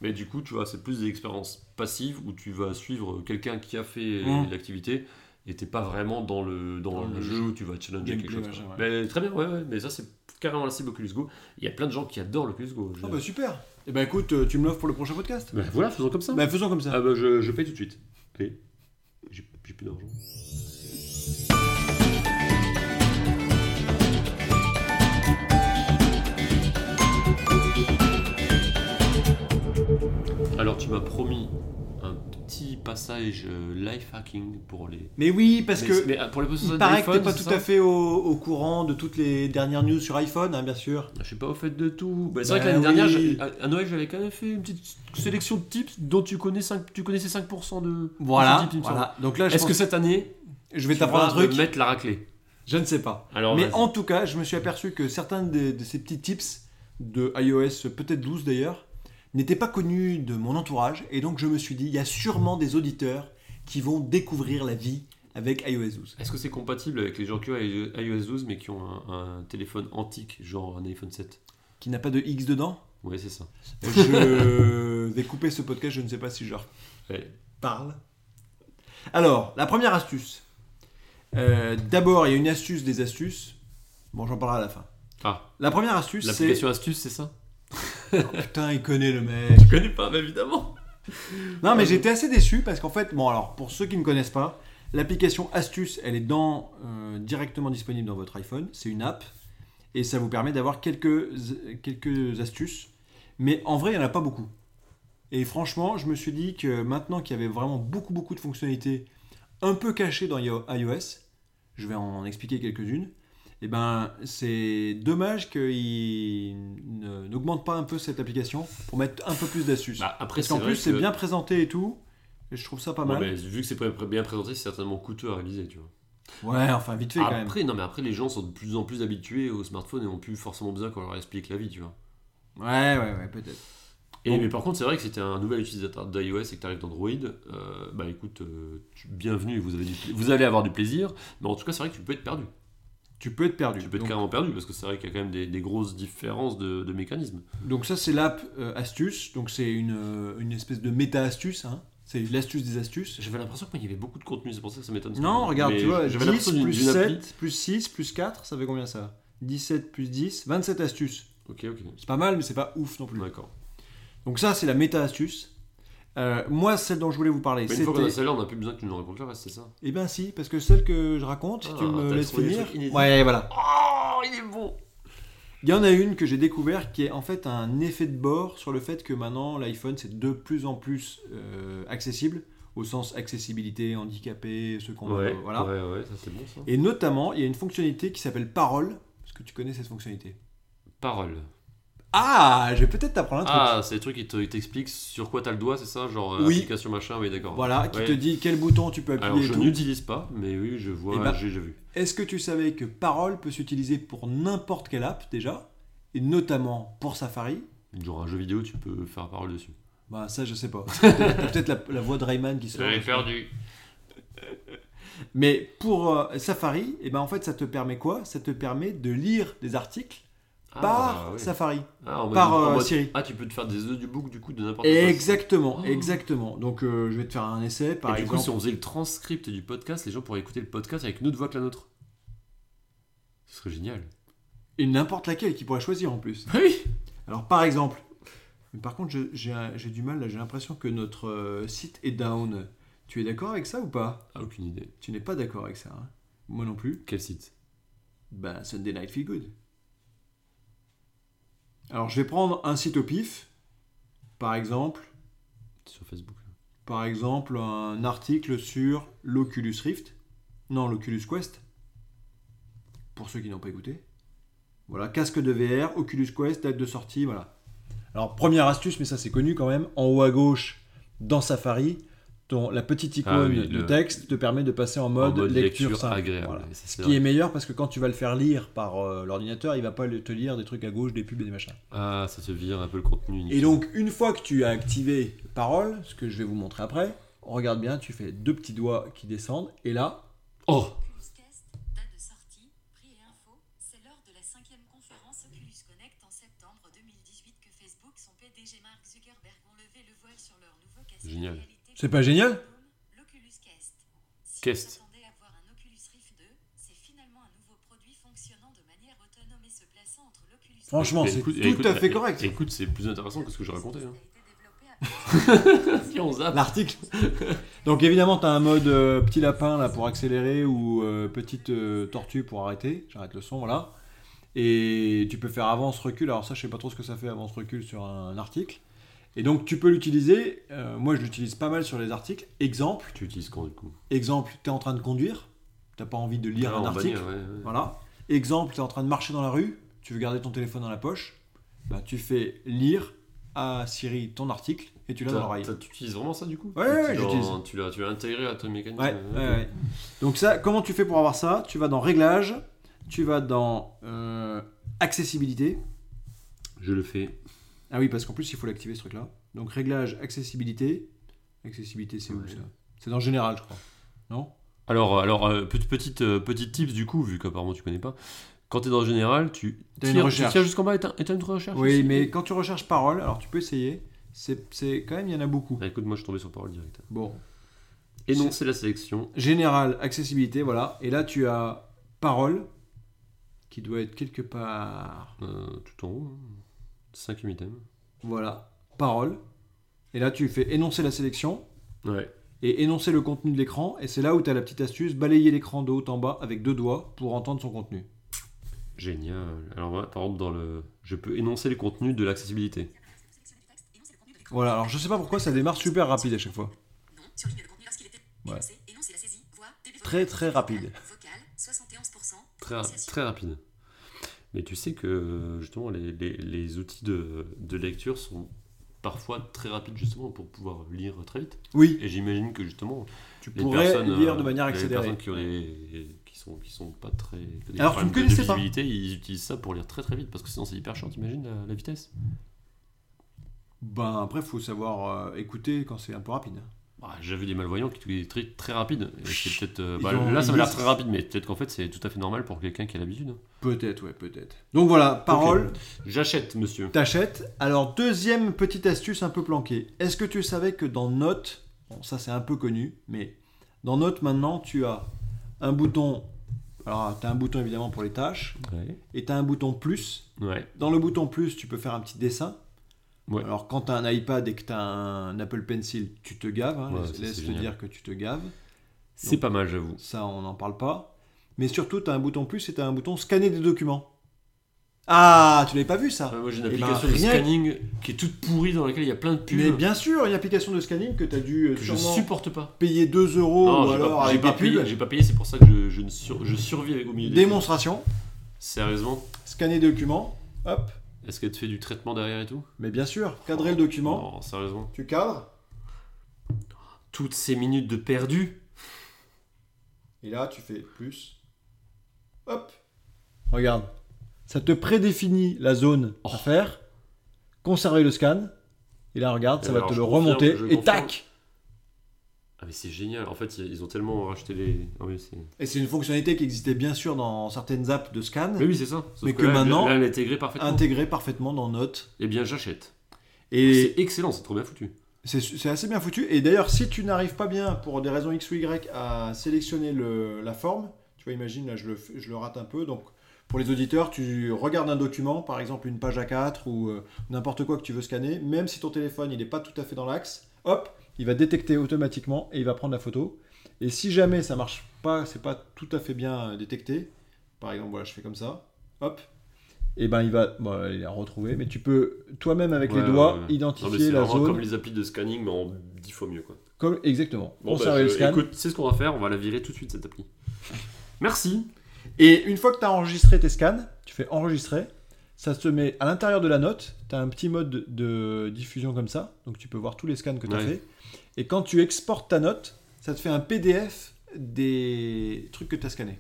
B: Mais du coup, tu vois, c'est plus des expériences passives où tu vas suivre quelqu'un qui a fait
A: Mm.
B: l'activité et t'es pas vraiment dans le, dans
A: Dans
B: le
A: le
B: jeu
A: jeu.
B: où tu vas challenger quelque
A: Gameplay,
B: chose. quoi.
A: machin,
B: Mais très bien, ouais, ouais, mais ça, c'est carrément la cible Oculus Go. Il y a plein de gens qui adorent l'Oculus Go. Je-
A: ah bah super et ben écoute euh, tu me l'offres pour le prochain podcast
B: Bah, voilà, faisons comme ça.
A: bah faisons comme ça
B: Ah bah, je, je paye tout de suite. Allez, j'ai j'ai plus d'argent. Alors tu m'as promis un petit passage euh, life hacking pour les.
A: mais oui parce
B: Mais-
A: que
B: mais, ah, pour les
A: il
B: possesseurs
A: paraît que t'es
B: d'iPhone,
A: pas
B: c'est
A: tout
B: ça
A: à fait au, au courant de toutes les dernières news sur iPhone hein, bien sûr
B: Je suis pas au fait de tout. Bah, c'est
A: Bah
B: vrai que l'année
A: oui.
B: dernière, j'ai- à- à Noël, j'avais quand même fait une petite sélection de tips dont tu connais 5, tu connaissais 5% de. de ces tips, il me semble.
A: donc là je,
B: Est-ce que
A: pense-
B: cette année,
A: je vais
B: Tu
A: t'apprendre
B: vas
A: un truc
B: me mettre la raclée.
A: je ne sais pas
B: Alors,
A: mais
B: vas-y.
A: en tout cas je me suis aperçu que certains de, de ces petits tips de iOS peut-être 12 d'ailleurs n'étaient pas connus de mon entourage et donc je me suis dit il y a sûrement des auditeurs qui vont découvrir la vie avec iOS 12
B: Est-ce que c'est compatible avec les gens qui ont iOS 12 mais qui ont un, un téléphone antique, genre un iPhone 7
A: qui n'a pas de X dedans
B: Ouais, c'est ça. *laughs*
A: Je vais couper ce podcast, je ne sais pas si je leur
B: Ouais.
A: parle. Alors, la première astuce. Euh, D'abord, il y a une astuce des astuces. Bon, j'en parlerai à la fin.
B: Ah,
A: La première astuce, c'est.
B: l'application astuce, c'est ça
A: Putain, il connaît le mec.
B: Je connais pas, mais évidemment.
A: Non, mais j'étais assez déçu parce qu'en fait, bon, alors, pour ceux qui ne connaissent pas, l'application astuce, elle est dans, euh, directement disponible dans votre iPhone. C'est une app et ça vous permet d'avoir quelques, quelques astuces. Mais en vrai, il n'y en a pas beaucoup. Et franchement, je me suis dit que maintenant qu'il y avait vraiment beaucoup, beaucoup de fonctionnalités un peu cachées dans iO- iOS, je vais en expliquer quelques-unes, et ben c'est dommage qu'ils ne- n'augmentent pas un peu cette application pour mettre un peu plus d'astuces.
B: Bah, après,
A: Parce
B: c'est
A: qu'en
B: vrai
A: plus, c'est
B: que-
A: bien présenté et tout. Et je trouve ça pas
B: Ouais,
A: mal. Ouais,
B: mais vu que c'est pré- pré- bien présenté, c'est certainement coûteux à réviser, tu vois.
A: enfin, vite fait quand même.
B: Après, non, mais après, les gens sont de plus en plus habitués au smartphone et ont plus forcément besoin qu'on leur explique la vie, tu vois.
A: Ouais, ouais, ouais, peut-être.
B: Et,
A: Donc-
B: mais par contre, c'est vrai que c'était un nouvel utilisateur d'iOS et que tu arrives d'Android, euh, bah écoute, euh, tu- bienvenue, vous, avez du pla- vous allez avoir du plaisir, mais en tout cas, c'est vrai que tu peux être perdu.
A: Tu peux être perdu.
B: Tu peux être
A: donc,
B: carrément perdu parce que c'est vrai qu'il y a quand même des, des grosses différences de, de mécanismes.
A: donc ça, c'est l'app euh, astuce. Donc c'est une, euh, une espèce de méta-astuce. hein. C'est l'astuce des astuces.
B: J'avais l'impression qu'il y avait beaucoup de contenu, c'est pour ça que ça m'étonne.
A: Non, regarde,
B: Mais
A: tu vois,
B: j'avais
A: 10
B: l'impression d'une
A: plus
B: d'une appli.
A: 7, plus 6, plus 4, ça fait combien ça 17 plus 10, 27 astuces.
B: Ok, ok,
A: C'est pas mal, mais c'est pas ouf non plus.
B: d'accord.
A: Donc ça, c'est la méta-astuce. Euh, moi, celle dont je voulais vous parler,
B: Mais une fois qu'on
A: c'était...
B: a celle-là, on n'a plus besoin que tu nous racontes le reste, c'est ça
A: Eh ben si, parce que celle que je raconte, si
B: Ah,
A: tu me
B: t'as
A: laisses
B: trouvé des
A: finir...
B: trucs inédits.
A: Ouais, voilà.
B: Oh, il est bon
A: Il y en a une que j'ai découvert qui est en fait un effet de bord sur le fait que maintenant l'iPhone c'est de plus en plus euh, accessible au sens accessibilité, handicapé, ceux qu'on euh,
B: Ouais,
A: voilà.
B: ouais, ouais, ça c'est bon ça.
A: Et notamment, il y a une fonctionnalité qui s'appelle parole. Est-ce que tu connais cette fonctionnalité
B: Parole.
A: Ah, je vais peut-être t'apprendre un truc.
B: Ah, c'est le truc qui te- il t'explique sur quoi t'as le doigt, c'est ça Genre euh,
A: Oui.
B: application machin, oui, d'accord.
A: Voilà, qui
B: Ouais.
A: te dit quel bouton tu peux appuyer
B: Alors
A: et
B: je
A: tout.
B: n'utilise pas, mais oui, je vois,
A: Eh ben-
B: j'ai j'ai vu.
A: Est-ce que tu savais que parole peut s'utiliser pour n'importe quelle app déjà et notamment pour Safari
B: Genre un jeu vidéo, tu peux faire parole dessus.
A: Bah ça je sais pas. *laughs* T'as peut-être la, la voix de Rayman qui sort. je sais pas.
B: perdu.
A: Mais pour euh, Safari, eh ben en fait, ça te permet quoi Ça te permet de lire des articles
B: Ah,
A: par
B: oui.
A: Safari.
B: Ah, en mode-
A: par,
B: en
A: euh,
B: mode-
A: Siri.
B: Ah, tu peux te faire des œufs du bouc du coup de n'importe quoi.
A: Exactement,
B: Oh.
A: exactement. Donc euh, je vais te faire un essai
B: Et
A: par
B: du coup, si
A: exemple.
B: on faisait le transcript du podcast, les gens pourraient écouter le podcast avec une autre voix que la nôtre. Ce serait génial.
A: *laughs* Et n'importe laquelle qui pourrait choisir en plus.
B: Oui
A: Alors par exemple, mais par contre je- j'ai un- j'ai du mal là, j'ai l'impression que notre euh, site est down. Tu es d'accord avec ça ou pas
B: Ah, aucune idée.
A: Tu n'es pas d'accord avec ça. hein Moi non plus.
B: Quel site
A: Ben Sunday Night Feel Good. Alors je vais prendre un site au pif. Par exemple,
B: Sur Facebook.
A: par exemple un article sur l'Oculus Rift. Non, l'Oculus Quest. Pour ceux qui n'ont pas écouté. Voilà, casque de VR, Oculus Quest, date de sortie, voilà. Alors, première astuce, mais ça c'est connu quand même, en haut à gauche, dans Safari, ton, la petite icône
B: Ah oui,
A: de
B: le-
A: texte te permet de passer en mode,
B: en mode
A: lecture,
B: lecture,
A: simple.
B: agréable.
A: Voilà.
B: Et ça,
A: Ce
B: c'est
A: qui
B: vrai.
A: est meilleur parce que quand tu vas le faire lire par euh, l'ordinateur, il va pas le- te lire des trucs à gauche, des pubs et des machins.
B: Ah, ça se vire un peu le contenu.
A: Et donc, une fois que tu as activé parole, ce que je vais vous montrer après, regarde bien, tu fais deux petits doigts qui descendent, et là,
B: Oh
C: Oculus Cast, date de sortie, prix et info, c'est lors de la cinquième conférence Oculus Connect en septembre 2018 que Facebook, son PDG Mark Zuckerberg ont levé le voile sur leur nouveau casque
B: Génial.
C: de réalité.
A: C'est pas génial
C: L'Oculus Cast. Si
B: Cast.
C: vous attendez à voir un Oculus Rift 2, c'est finalement un nouveau produit fonctionnant de manière autonome et se plaçant entre l'Oculus
A: franchement,
B: Bah,
A: c'est
B: écoute-
A: tout
B: écoute,
A: à fait
B: bah,
A: correct.
B: Écoute, c'est plus intéressant que ce que je racontais. hein.
A: *laughs*
B: Si on zappe.
A: L'article. *laughs* Donc, évidemment, tu as un mode euh, petit lapin là pour accélérer ou euh, petite euh, tortue pour arrêter. J'arrête le son, voilà. Et tu peux faire avance-recul. Alors, ça, je sais pas trop ce que ça fait avance-recul sur un article. Et donc, tu peux l'utiliser. Euh, moi, je l'utilise pas mal sur les articles. Exemple,
B: Tu utilises quand du coup
A: exemple, tu es en train de conduire. T'as pas envie de lire
B: Ah,
A: un
B: en
A: article.
B: bagnole, ouais, ouais.
A: Voilà. Exemple, tu es en train de marcher dans la rue, tu veux garder ton téléphone dans la poche, bah, tu fais lire à Siri ton article et tu l'as dans
B: T'as-
A: l'oreille.
B: t'as- Tu utilises vraiment ça du coup
A: Ouais, ouais,
B: Tu l'as-
A: j'utilise.
B: Tu l'as tu l'as intégré à ton mécanisme
A: Ouais,
B: euh,
A: ouais, ouais. Donc ça, comment tu fais pour avoir ça Tu vas dans Réglages, tu vas dans euh, Accessibilité.
B: Je le fais.
A: Ah oui, parce qu'en plus, il faut l'activer ce truc-là. Donc Réglages, Accessibilité. Accessibilité, c'est où
B: Ouais.
A: ça C'est dans Général, je crois. Non
B: Alors, alors euh, petite, petite, euh, petite tips du coup, vu qu'apparemment tu connais pas. Quand t'es dans le général, tu
A: T'as une
B: tires, tu
A: recherche.
B: tires jusqu'en bas et t'as et t'as une recherche.
A: Oui,
B: aussi.
A: mais quand tu recherches parole, alors tu peux essayer. C'est c'est- quand même, il y en a beaucoup.
B: Ah, écoute, moi je suis tombé sur parole directe.
A: Bon,
B: Énoncer la sélection.
A: Général, accessibilité, voilà. Et là, tu as parole, qui doit être quelque part.
B: euh, tout en haut. hein. Cinquième item.
A: Voilà, parole. Et là, tu fais énoncer la sélection
B: Ouais.
A: et énoncer le contenu de l'écran. Et c'est là où tu as la petite astuce, balayer l'écran de haut en bas avec deux doigts pour entendre son contenu.
B: Génial. Alors, moi, par exemple, dans le. Je peux énoncer les contenus de l'accessibilité.
A: Voilà, alors je sais pas pourquoi ça démarre super rapide à chaque fois.
C: Non, surligne le contenu lorsqu'il était
A: Ouais.
C: énoncé, énonce la saisie, voix, début
A: Très,
C: vocal,
A: très rapide.
C: Vocal, 71%.
B: Très, ra-
C: prononciation.
B: très rapide. Mais tu sais que justement, les, les- les outils de, de lecture sont parfois très rapides justement pour pouvoir lire très vite.
A: Oui,
B: Et j'imagine que justement,
A: tu
B: les
A: pourrais
B: personnes,
A: lire
B: euh,
A: de manière
B: les
A: accélérée.
B: personnes qui, ont des- qui sont qui sont pas très qui ont des
A: Alors,
B: problèmes
A: tu ne
B: de-
A: connaissais
B: de
A: pas.
B: visibilité, ils utilisent ça pour lire très très vite parce que sinon c'est hyper chiant. T'imagines la, la vitesse
A: Ben après, faut savoir euh, écouter quand c'est un peu rapide.
B: Bah, J'ai vu des malvoyants qui touchaient des trucs très rapides. Et c'est peut-être euh, bah,
A: Ils ont-
B: là ça m'a l'air
A: ils-
B: très rapide, mais peut-être qu'en fait c'est tout à fait normal pour quelqu'un qui a l'habitude.
A: Peut-être, ouais, peut-être. Donc voilà, parole,
B: J'achète, monsieur.
A: T'achètes. Alors, deuxième petite astuce un peu planquée. Est-ce que tu savais que dans Note, bon, ça c'est un peu connu, mais dans Note maintenant, tu as un bouton. Alors, tu as un bouton évidemment pour les tâches,
B: Ouais.
A: et tu as un bouton plus.
B: Ouais.
A: Dans le bouton plus, tu peux faire un petit dessin.
B: Ouais.
A: Alors, quand tu as un iPad et que tu as un Apple Pencil, tu te gaves. hein,
B: Ouais,
A: laisse-
B: ça, c'est
A: laisse te
B: génial.
A: dire que tu te gaves.
B: C'est pas mal, j'avoue.
A: Ça, on n'en parle pas. Mais surtout, tu as un bouton plus et tu as un bouton scanner des documents. Ah, tu l'avais pas vu ça
B: Ah, moi j'ai une
A: Eh ben,
B: application de
A: rien que-
B: scanning qui est toute pourrie dans laquelle il y a plein de pubs
A: Mais bien sûr, une application de scanning que tu as dû euh,
B: que je
A: sûrement
B: supporte pas.
A: payer 2 euros
B: non,
A: ou
B: j'ai
A: alors
B: pas, j'ai
A: avec
B: pas
A: des pubs.
B: payé, j'ai pas payé, c'est pour ça que je, je, ne sur- je survis avec au milieu des pubs.
A: Démonstration,
B: Sérieusement
A: scanner documents, hop.
B: Est-ce qu'elle te fait du traitement derrière et tout
A: Mais bien sûr, cadrer le document,
B: Oh, Non, sérieusement.
A: tu cadres,
B: Toutes ces minutes de perdu
A: et là tu fais plus. Hop. Regarde, ça te prédéfinit la zone à
B: Oh.
A: faire, conserver le scan, et là regarde,
B: Et
A: ça va
B: alors,
A: te
B: je
A: le
B: confirme,
A: remonter,
B: je
A: et
B: confirme.
A: tac
B: Ah mais c'est génial. En fait, ils ont tellement racheté les. Ah oui, c'est.
A: Et c'est une fonctionnalité qui existait bien sûr dans certaines apps de scan,
B: Mais oui, c'est ça. Sauf
A: Mais que
B: là,
A: maintenant-
B: là, elle est intégrée parfaitement.
A: intégrée parfaitement dans Note.
B: Eh bien, j'achète.
A: Et
B: C'est excellent, c'est trop bien foutu.
A: c'est c'est assez bien foutu. Et d'ailleurs, si tu n'arrives pas bien pour des raisons X ou Y à sélectionner le- la forme, tu vois, imagine, là je le, fais- je le rate un peu. Donc pour les auditeurs, tu regardes un document, par exemple une page A4 ou euh, n'importe quoi que tu veux scanner, même si ton téléphone il n'est pas tout à fait dans l'axe, hop, il va détecter automatiquement et il va prendre la photo. Et si jamais ça marche pas, c'est pas tout à fait bien euh, détecté, par exemple voilà, je fais comme ça, hop, et ben il va, bon, il a retrouvé, mais tu peux toi-même avec
B: Ouais,
A: les doigts
B: ouais, ouais. Non, mais
A: identifier
B: c'est
A: la
B: vraiment
A: zone,
B: comme les applis de scanning, mais en 10 fois mieux quoi.
A: comme- exactement.
B: Bon,
A: on
B: bah,
A: s'arrête
B: je-
A: le scan. Ah.
B: écoute, c'est ce qu'on va faire, on va la virer tout de suite cette appli. Merci.
A: Et une fois que tu as enregistré tes scans, tu fais enregistrer, ça se met à l'intérieur de la note, tu as un petit mode de- de diffusion comme ça, donc tu peux voir tous les scans que tu as
B: Ouais.
A: fait. Et quand tu exportes ta note, ça te fait un PDF des trucs que tu as scannés.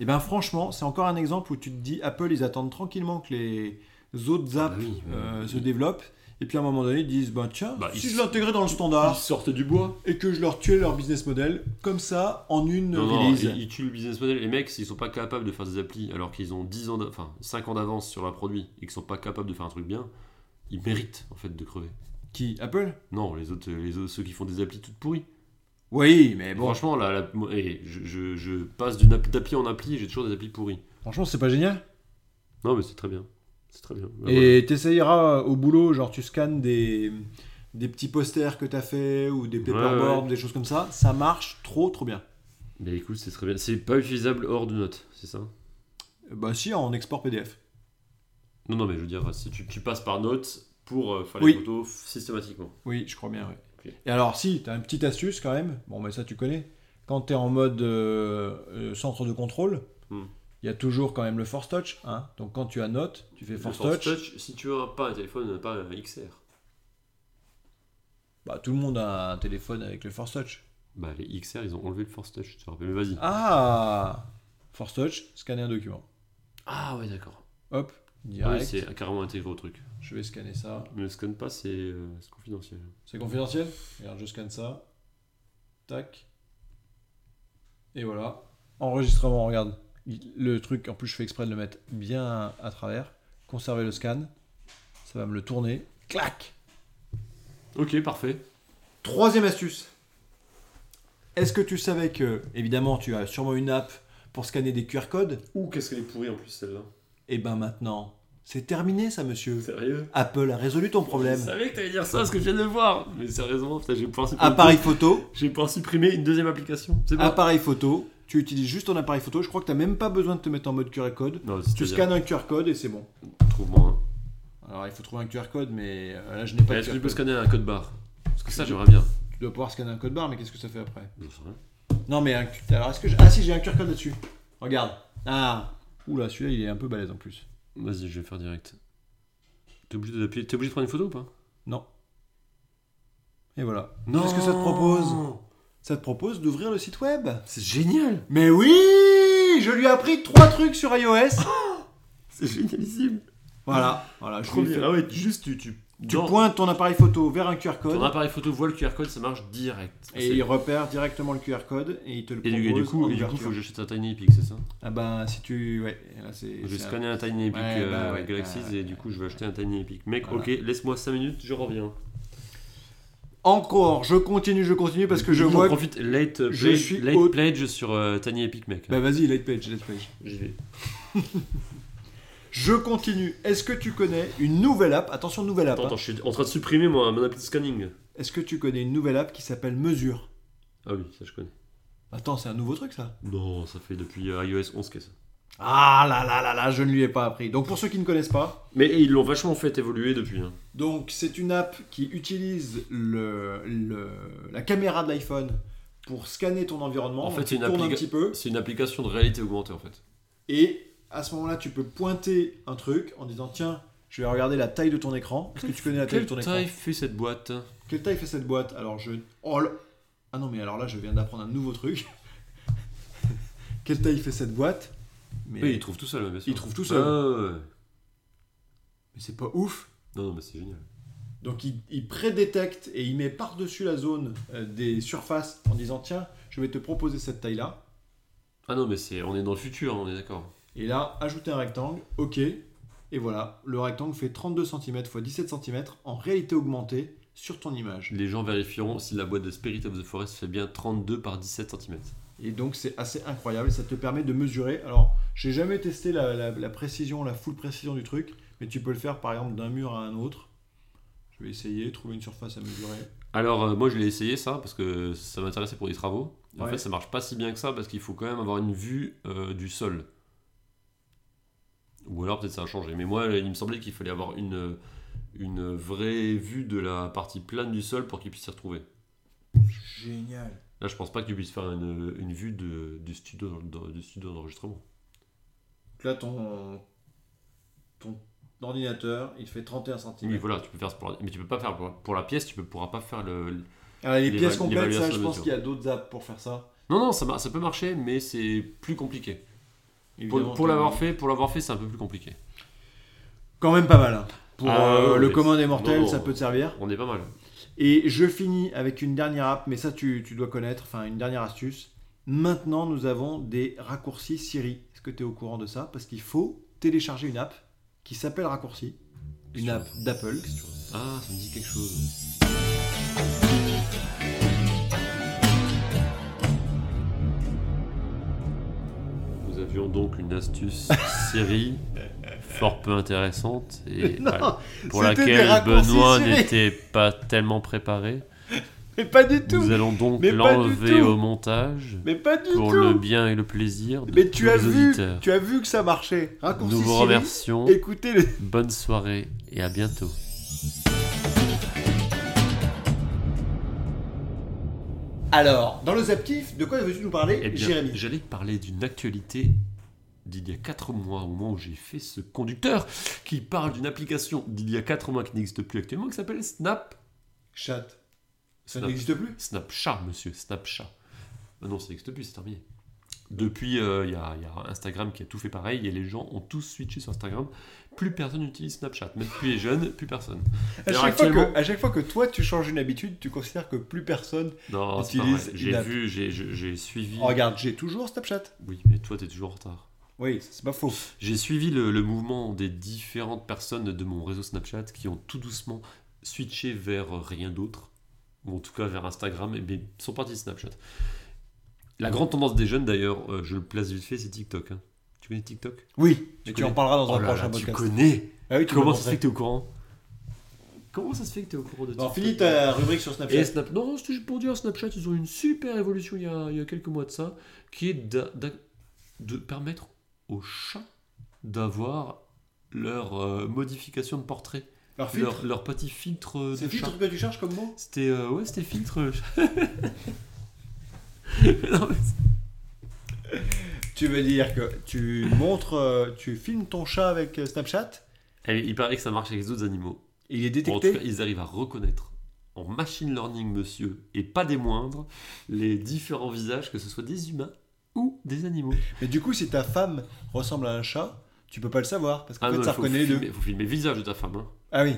A: Et bien franchement, c'est encore un exemple où tu te dis Apple, ils attendent tranquillement que les autres apps
B: Ah oui, ouais.
A: euh, se développent. Et puis à un moment donné, ils disent ben tiens,
B: Bah,
A: si
B: ils-
A: je l'intégrais dans le
B: Ils
A: standard
B: sortent du bois.
A: et que je leur tuais leur business model, comme ça, en une
B: Non, non,
A: release.
B: ils, ils tuent le business model. Les mecs, s'ils sont pas capables de faire des applis alors qu'ils ont 10 ans, d'a- enfin 5 ans d'avance sur la produit et qu'ils sont pas capables de faire un truc bien, ils méritent en fait de crever.
A: Qui Apple
B: Non, les autres, les autres- ceux qui font des applis toutes pourries.
A: Oui, mais bon.
B: Franchement, là, la- moi, eh, je, je- je passe d'une app- d'appli en appli, j'ai toujours des applis pourries.
A: Franchement, c'est pas génial.
B: Non, mais c'est très bien. C'est très bien. Bah, voilà.
A: Et t'essayeras au boulot, genre tu scannes des, des petits posters que t'as fait ou des paperboards,
B: ouais.
A: des choses comme ça. Ça marche trop, trop bien.
B: Mais écoute, c'est très bien. C'est pas utilisable hors de notes, c'est ça
A: Euh, Bah si, en export PDF.
B: Non, non, mais je veux dire, si tu, tu passes par notes pour euh, faire
A: Oui.
B: les photos f- systématiquement.
A: Oui, je crois bien, oui.
B: Ok.
A: Et alors si, t'as une petite astuce quand même. Bon, mais ça tu connais. Quand t'es en mode euh, euh, centre de contrôle, il
B: Hmm.
A: y a toujours quand même le force touch. hein. Donc quand tu as note, tu fais
B: Le
A: force,
B: Force
A: touch.
B: touch, si tu as pas un téléphone, pas un XR.
A: Bah tout le monde a un téléphone avec le force touch.
B: Bah, les XR, ils ont enlevé le Force Touch, je te rappelle. Mais vas-y. Ah,
A: Ah Force touch, scanner un document.
B: Ah ouais, d'accord.
A: Hop,
B: Ah
A: direct.
B: oui, c'est carrément intégré au truc.
A: je vais scanner ça.
B: Ne scanne pas, c'est euh, c'est confidentiel.
A: C'est confidentiel Regarde, je scanne ça. Tac. Et voilà. Enregistrement, regarde. Il- Le truc, en plus, je fais exprès de le mettre bien à travers. Conserver le scan. Ça va me le tourner. Clac
B: Ok, parfait.
A: Troisième astuce. Est-ce que tu savais que, évidemment, tu as sûrement une app pour scanner des QR codes
B: Ouh, qu'est-ce qu'elle est pourrie en plus, celle-là.
A: Eh ben maintenant, c'est terminé ça, monsieur.
B: Sérieux
A: Apple a résolu ton problème.
B: Je savais que t'allais dire ça, ce que je viens de voir. Mais sérieusement, putain, j'ai pouvoir supprimer.
A: Appareil photo,
B: J'ai pouvoir supprimer une deuxième application. C'est pas.
A: appareil photo. Tu utilises juste ton appareil photo. Je crois que tu n'as même pas besoin de te mettre en mode QR code.
B: Non, si
A: Tu
B: scannes.
A: scannes un QR code et c'est bon.
B: Trouve-moi un.
A: Alors il faut trouver un QR code, mais euh, là je n'ai pas
B: Ouais,
A: de
B: Est-ce
A: QR
B: que tu peux
A: code.
B: scanner un code barre Parce que ça, j'aimerais bien.
A: Tu dois pouvoir scanner un code barre, mais qu'est-ce que ça fait après
B: J'en sais rien.
A: Non, mais un... alors est-ce que j'ai- ah si j'ai un QR code là-dessus. Regarde. Ah. Oula, celui-là il est un peu balèze en plus.
B: Vas-y, je vais faire direct. T'es obligé, de... T'es obligé de prendre une photo ou pas
A: Non. Et voilà.
B: Non
A: Qu'est-ce que ça te propose Ça te propose d'ouvrir le site web.
B: C'est génial
A: Mais oui, je lui ai appris trois trucs sur iOS.
B: C'est génialissime
A: voilà, voilà. Je
B: Trop
A: lui ai
B: bien.
A: fait-
B: Ah ouais, juste tu. Tu,
A: Tu
B: dans-
A: pointes ton appareil photo vers un QR
B: Ton
A: code
B: appareil photo voit le QR code, ça marche direct.
A: et
B: C'est-
A: il repère directement le QR code Ah, et il te le
B: Et
A: propose.
B: du, et du coup,
A: en
B: et du coup,
A: ouverture.
B: faut que j'achète un Tiny Epic, c'est ça
A: Ah bah si tu ouais, là c'est.
B: Je vais
A: c'est un-
B: scanner un Tiny Epic
A: Ouais,
B: euh,
A: bah ouais,
B: Galaxies
A: ouais,
B: et du coup, je vais acheter un Tiny Epic. Mec,
A: Voilà.
B: ok, laisse-moi 5 minutes, je reviens.
A: Encore, je continue, je continue parce que je
B: J'en
A: vois. que-
B: profite late, euh,
A: Je
B: pledge-
A: suis
B: late
A: au-
B: pledge sur euh, Tiny Epic, mec.
A: Bah vas-y, light page, light page.
B: J'y vais.
A: Je continue. Est-ce que tu connais une nouvelle app Attention, nouvelle app.
B: Attends,
A: hein.
B: attends, je suis en train de supprimer moi, mon appli de scanning.
A: Est-ce que tu connais une nouvelle app qui s'appelle Mesure
B: Ah oui, ça je connais.
A: Attends, c'est un nouveau truc ça
B: Non, ça fait depuis euh, iOS 11 qu'est-ce que ça.
A: Ah là là là là, je ne lui ai pas appris. Donc pour ceux qui ne connaissent pas,
B: Mais ils l'ont vachement fait évoluer depuis. hein.
A: donc c'est une app qui utilise le, le- la caméra de l'iPhone pour scanner ton environnement.
B: En fait,
A: Donc,
B: c'est
A: tu
B: une
A: tournes un
B: applica-
A: petit peu
B: C'est une application de réalité augmentée en fait.
A: et à ce moment-là, tu peux pointer un truc en disant tiens, je vais regarder la taille de ton écran. Est-ce que tu connais la taille de
B: Quelle
A: ton écran
B: taille fait cette boîte
A: Quelle taille fait cette boîte Alors je. Oh là- Ah non, mais alors là, je viens d'apprendre un nouveau truc. *laughs* Quelle taille fait cette boîte Mais,
B: Oui, ils trouvent tout seul, hein, bien sûr.
A: Ils trouvent tout seul.
B: Ah, ouais, ouais.
A: mais c'est pas ouf.
B: Non, non, mais c'est génial.
A: Donc il, il prédétecte et il met par-dessus la zone euh, des surfaces en disant tiens, je vais te proposer cette taille-là.
B: Ah non, mais c'est, on est dans le futur, hein, on est d'accord.
A: Et là, ajouter un rectangle, ok. Et voilà, le rectangle fait 32 cm x 17 cm en réalité augmentée sur ton image.
B: Les gens vérifieront si la boîte de Spirit of the Forest fait bien 32 par 17 cm.
A: Et donc c'est assez incroyable, ça te permet de mesurer. Alors, j'ai jamais testé la, la- la précision, la full précision du truc, mais tu peux le faire par exemple d'un mur à un autre. Je vais essayer, trouver une surface à mesurer.
B: Alors, euh, moi, je l'ai essayé ça parce que ça m'intéressait pour des travaux. Et En
A: Ouais.
B: fait, ça marche pas si bien que ça parce qu'il faut quand même avoir une vue euh, du sol. Ou alors, peut-être ça a changé. Mais moi, il me semblait qu'il fallait avoir une, euh, une vraie vue de la partie plane du sol pour qu'il puisse s'y retrouver.
A: Génial.
B: Là, je pense pas que tu puisses faire une, une vue de, du studio d'en- du studio d'enregistrement.
A: Donc là, ton, ton ordinateur, il fait 31 cm.
B: Oui, voilà, tu peux faire pour la- mais tu peux pas faire pour, pour la pièce, tu peux, pourras pas faire le. le-
A: Alors, Ah, les
B: L'éva-
A: pièces complètes, ça,
B: l'évaluation
A: je
B: de
A: pense
B: mesure.
A: qu'il y a d'autres apps pour faire ça.
B: Non, non, ça, mar- ça peut marcher, mais c'est plus compliqué. Pour,
A: Évidemment,
B: pour
A: t'as-
B: l'avoir fait, pour l'avoir fait, c'est un peu plus compliqué.
A: Quand même pas mal. hein. Pour
B: Ah,
A: euh,
B: ouais,
A: le
B: mais
A: commun
B: c'est-
A: des mortels,
B: non,
A: ça
B: non.
A: peut te servir.
B: On est pas mal.
A: Et je finis avec une dernière app, mais ça tu, tu dois connaître, enfin une dernière astuce. Maintenant, nous avons des raccourcis Siri. Est-ce que tu es au courant de ça Parce qu'il faut télécharger une app qui s'appelle Raccourci, une app d'Apple.
B: Ah, ça me dit quelque chose. Nous avions donc
A: *laughs*
B: une astuce série fort peu intéressante
A: *laughs*
B: et à- pour
A: c'était des
B: laquelle
A: raccourcis
B: Benoît
A: Siri.
B: n'était pas tellement préparé.
A: Mais pas du
B: Nous
A: tout
B: allons donc
A: Mais pas du
B: l'enlever
A: tout.
B: au montage
A: Mais pas du
B: pour
A: tout
B: le bien et le plaisir de
A: Mais tu
B: tous
A: as,
B: les
A: vu,
B: auditeurs.
A: tu as vu que ça marchait. Raccourci
B: Nous vous
A: Siri,
B: remercions.
A: écoutez le...
B: Bonne soirée et à bientôt.
A: Alors, dans le Zaptif, de quoi veux-tu nous parler,
B: Eh bien,
A: Jérémy
B: j'allais te parler d'une actualité d'il y a 4 mois, au moment où j'ai fait ce conducteur, qui parle d'une application d'il y a 4 mois qui n'existe plus actuellement, qui s'appelle Snap.
A: Chat, ça
B: Snap.
A: n'existe plus
B: Snapchat, monsieur, Snapchat. Ah non, ça n'existe plus, c'est terminé. Depuis, euh, il y, a il y a Instagram qui a tout fait pareil et les gens ont tous switché sur Instagram. Plus personne n'utilise Snapchat, même plus les jeunes, plus personne.
A: à
B: D'ailleurs,
A: chaque, fois
B: actuellement-
A: que, à chaque fois que toi tu changes une habitude, tu considères que plus personne.
B: Non, c'est pas
A: Utilise
B: vrai.
A: une
B: J'ai
A: app.
B: vu, j'ai- j'ai j'ai suivi.
A: Oh, regarde, j'ai toujours Snapchat.
B: Oui, mais toi, t'es toujours en retard.
A: Oui, ça, c'est pas faux.
B: J'ai suivi le, le mouvement des différentes personnes de mon réseau Snapchat qui ont tout doucement switché vers rien d'autre, ou en tout cas vers Instagram, et bien ils sont partis de Snapchat. La grande tendance des jeunes d'ailleurs, euh, je le place vite fait, c'est TikTok. hein. Tu connais TikTok
A: Oui,
B: Tu
A: tu,
B: connais-
A: en parleras dans
B: Oh
A: un
B: là
A: prochain
B: là, tu
A: podcast.
B: connais
A: Ah oui, tu
B: Comment
A: me
B: ça se fait que t'es au courant Comment ça se fait que t'es au courant de
A: Bon,
B: TikTok
A: finis ta rubrique sur Snapchat.
B: et Snap... Non, c'était juste pour dire, Snapchat, ils ont une super évolution il y a, il y a quelques mois de ça, qui est d'a- d'a- de permettre aux chats d'avoir leur euh, modification de portrait,
A: Leur filtre,
B: leur, leur petit filtre euh,
A: c'est
B: de chat.
A: filtre que tu cherches comme mot
B: C'était euh, ouais, c'était filtre. euh, chat. Non, mais c'est-
A: Tu veux dire que tu montres, euh, tu filmes ton chat avec euh, Snapchat,
B: Eh, il paraît que ça marche avec les autres animaux.
A: et il est
B: Bon, en tout
A: détecté.
B: cas, ils arrivent à reconnaître en machine learning, monsieur, et pas des moindres, les différents visages, que ce soit des humains ou des animaux.
A: Mais du coup, si ta femme ressemble à un chat, tu peux pas le savoir, parce qu'en fait,
B: Ah non,
A: ça
B: faut
A: reconnaît les deux.
B: filmer, faut filmer le visage de ta femme. hein.
A: Ah oui.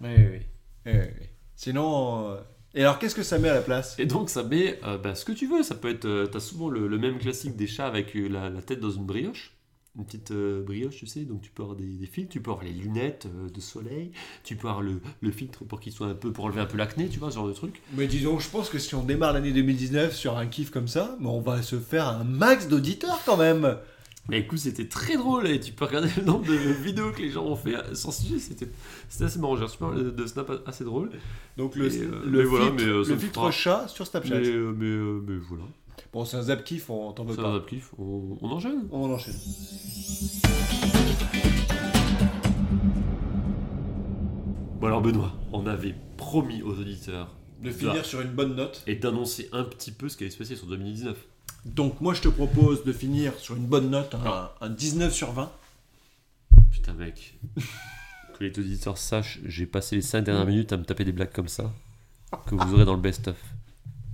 A: Oui, oui, oui. Oui, oui, oui. Sinon. euh, Et alors, qu'est-ce que ça met à la place
B: Et donc ça met euh, bah, ce que tu veux. Ça peut être, euh, t'as souvent le, le même classique des chats avec euh, la, la tête dans une brioche, une petite euh, brioche, tu sais. Donc tu peux avoir des, des filtres, tu peux avoir les lunettes euh, de soleil, tu peux avoir le, le filtre pour qu'il soit un peu pour enlever un peu l'acné, tu vois, ce genre de truc.
A: Mais disons, je pense que si on démarre l'année 2019 sur un kiff comme ça, mais on va se faire un max d'auditeurs quand même.
B: Mais écoute, c'était très drôle et tu peux regarder le nombre de *laughs* vidéos que les gens ont fait euh, sans sujet. C'était, c'était assez marrant. J'ai reçu pas mal de, de snaps assez drôles.
A: Donc le,
B: Et, euh,
A: le
B: mais voilà,
A: filtre,
B: mais, euh, ça
A: le
B: me
A: filtre
B: fera-
A: chat sur
B: Mais,
A: Snapchat.
B: euh, mais, euh, mais voilà,
A: Bon, c'est un zap kiff, on t'en veut
B: ça
A: pas.
B: va, kiff. On, on enchaîne.
A: On enchaîne.
B: Bon alors Benoît, on avait promis aux auditeurs
A: De finir sur une bonne note.
B: et d'annoncer un petit peu ce qui allait se passer sur 2019.
A: Donc moi je te propose de finir sur une bonne note,
B: Ah.
A: un, un 19 sur 20.
B: Putain, *laughs* mec. que les auditeurs sachent, j'ai passé les 5 dernières minutes à me taper des blagues comme ça. Que vous aurez dans le best-of.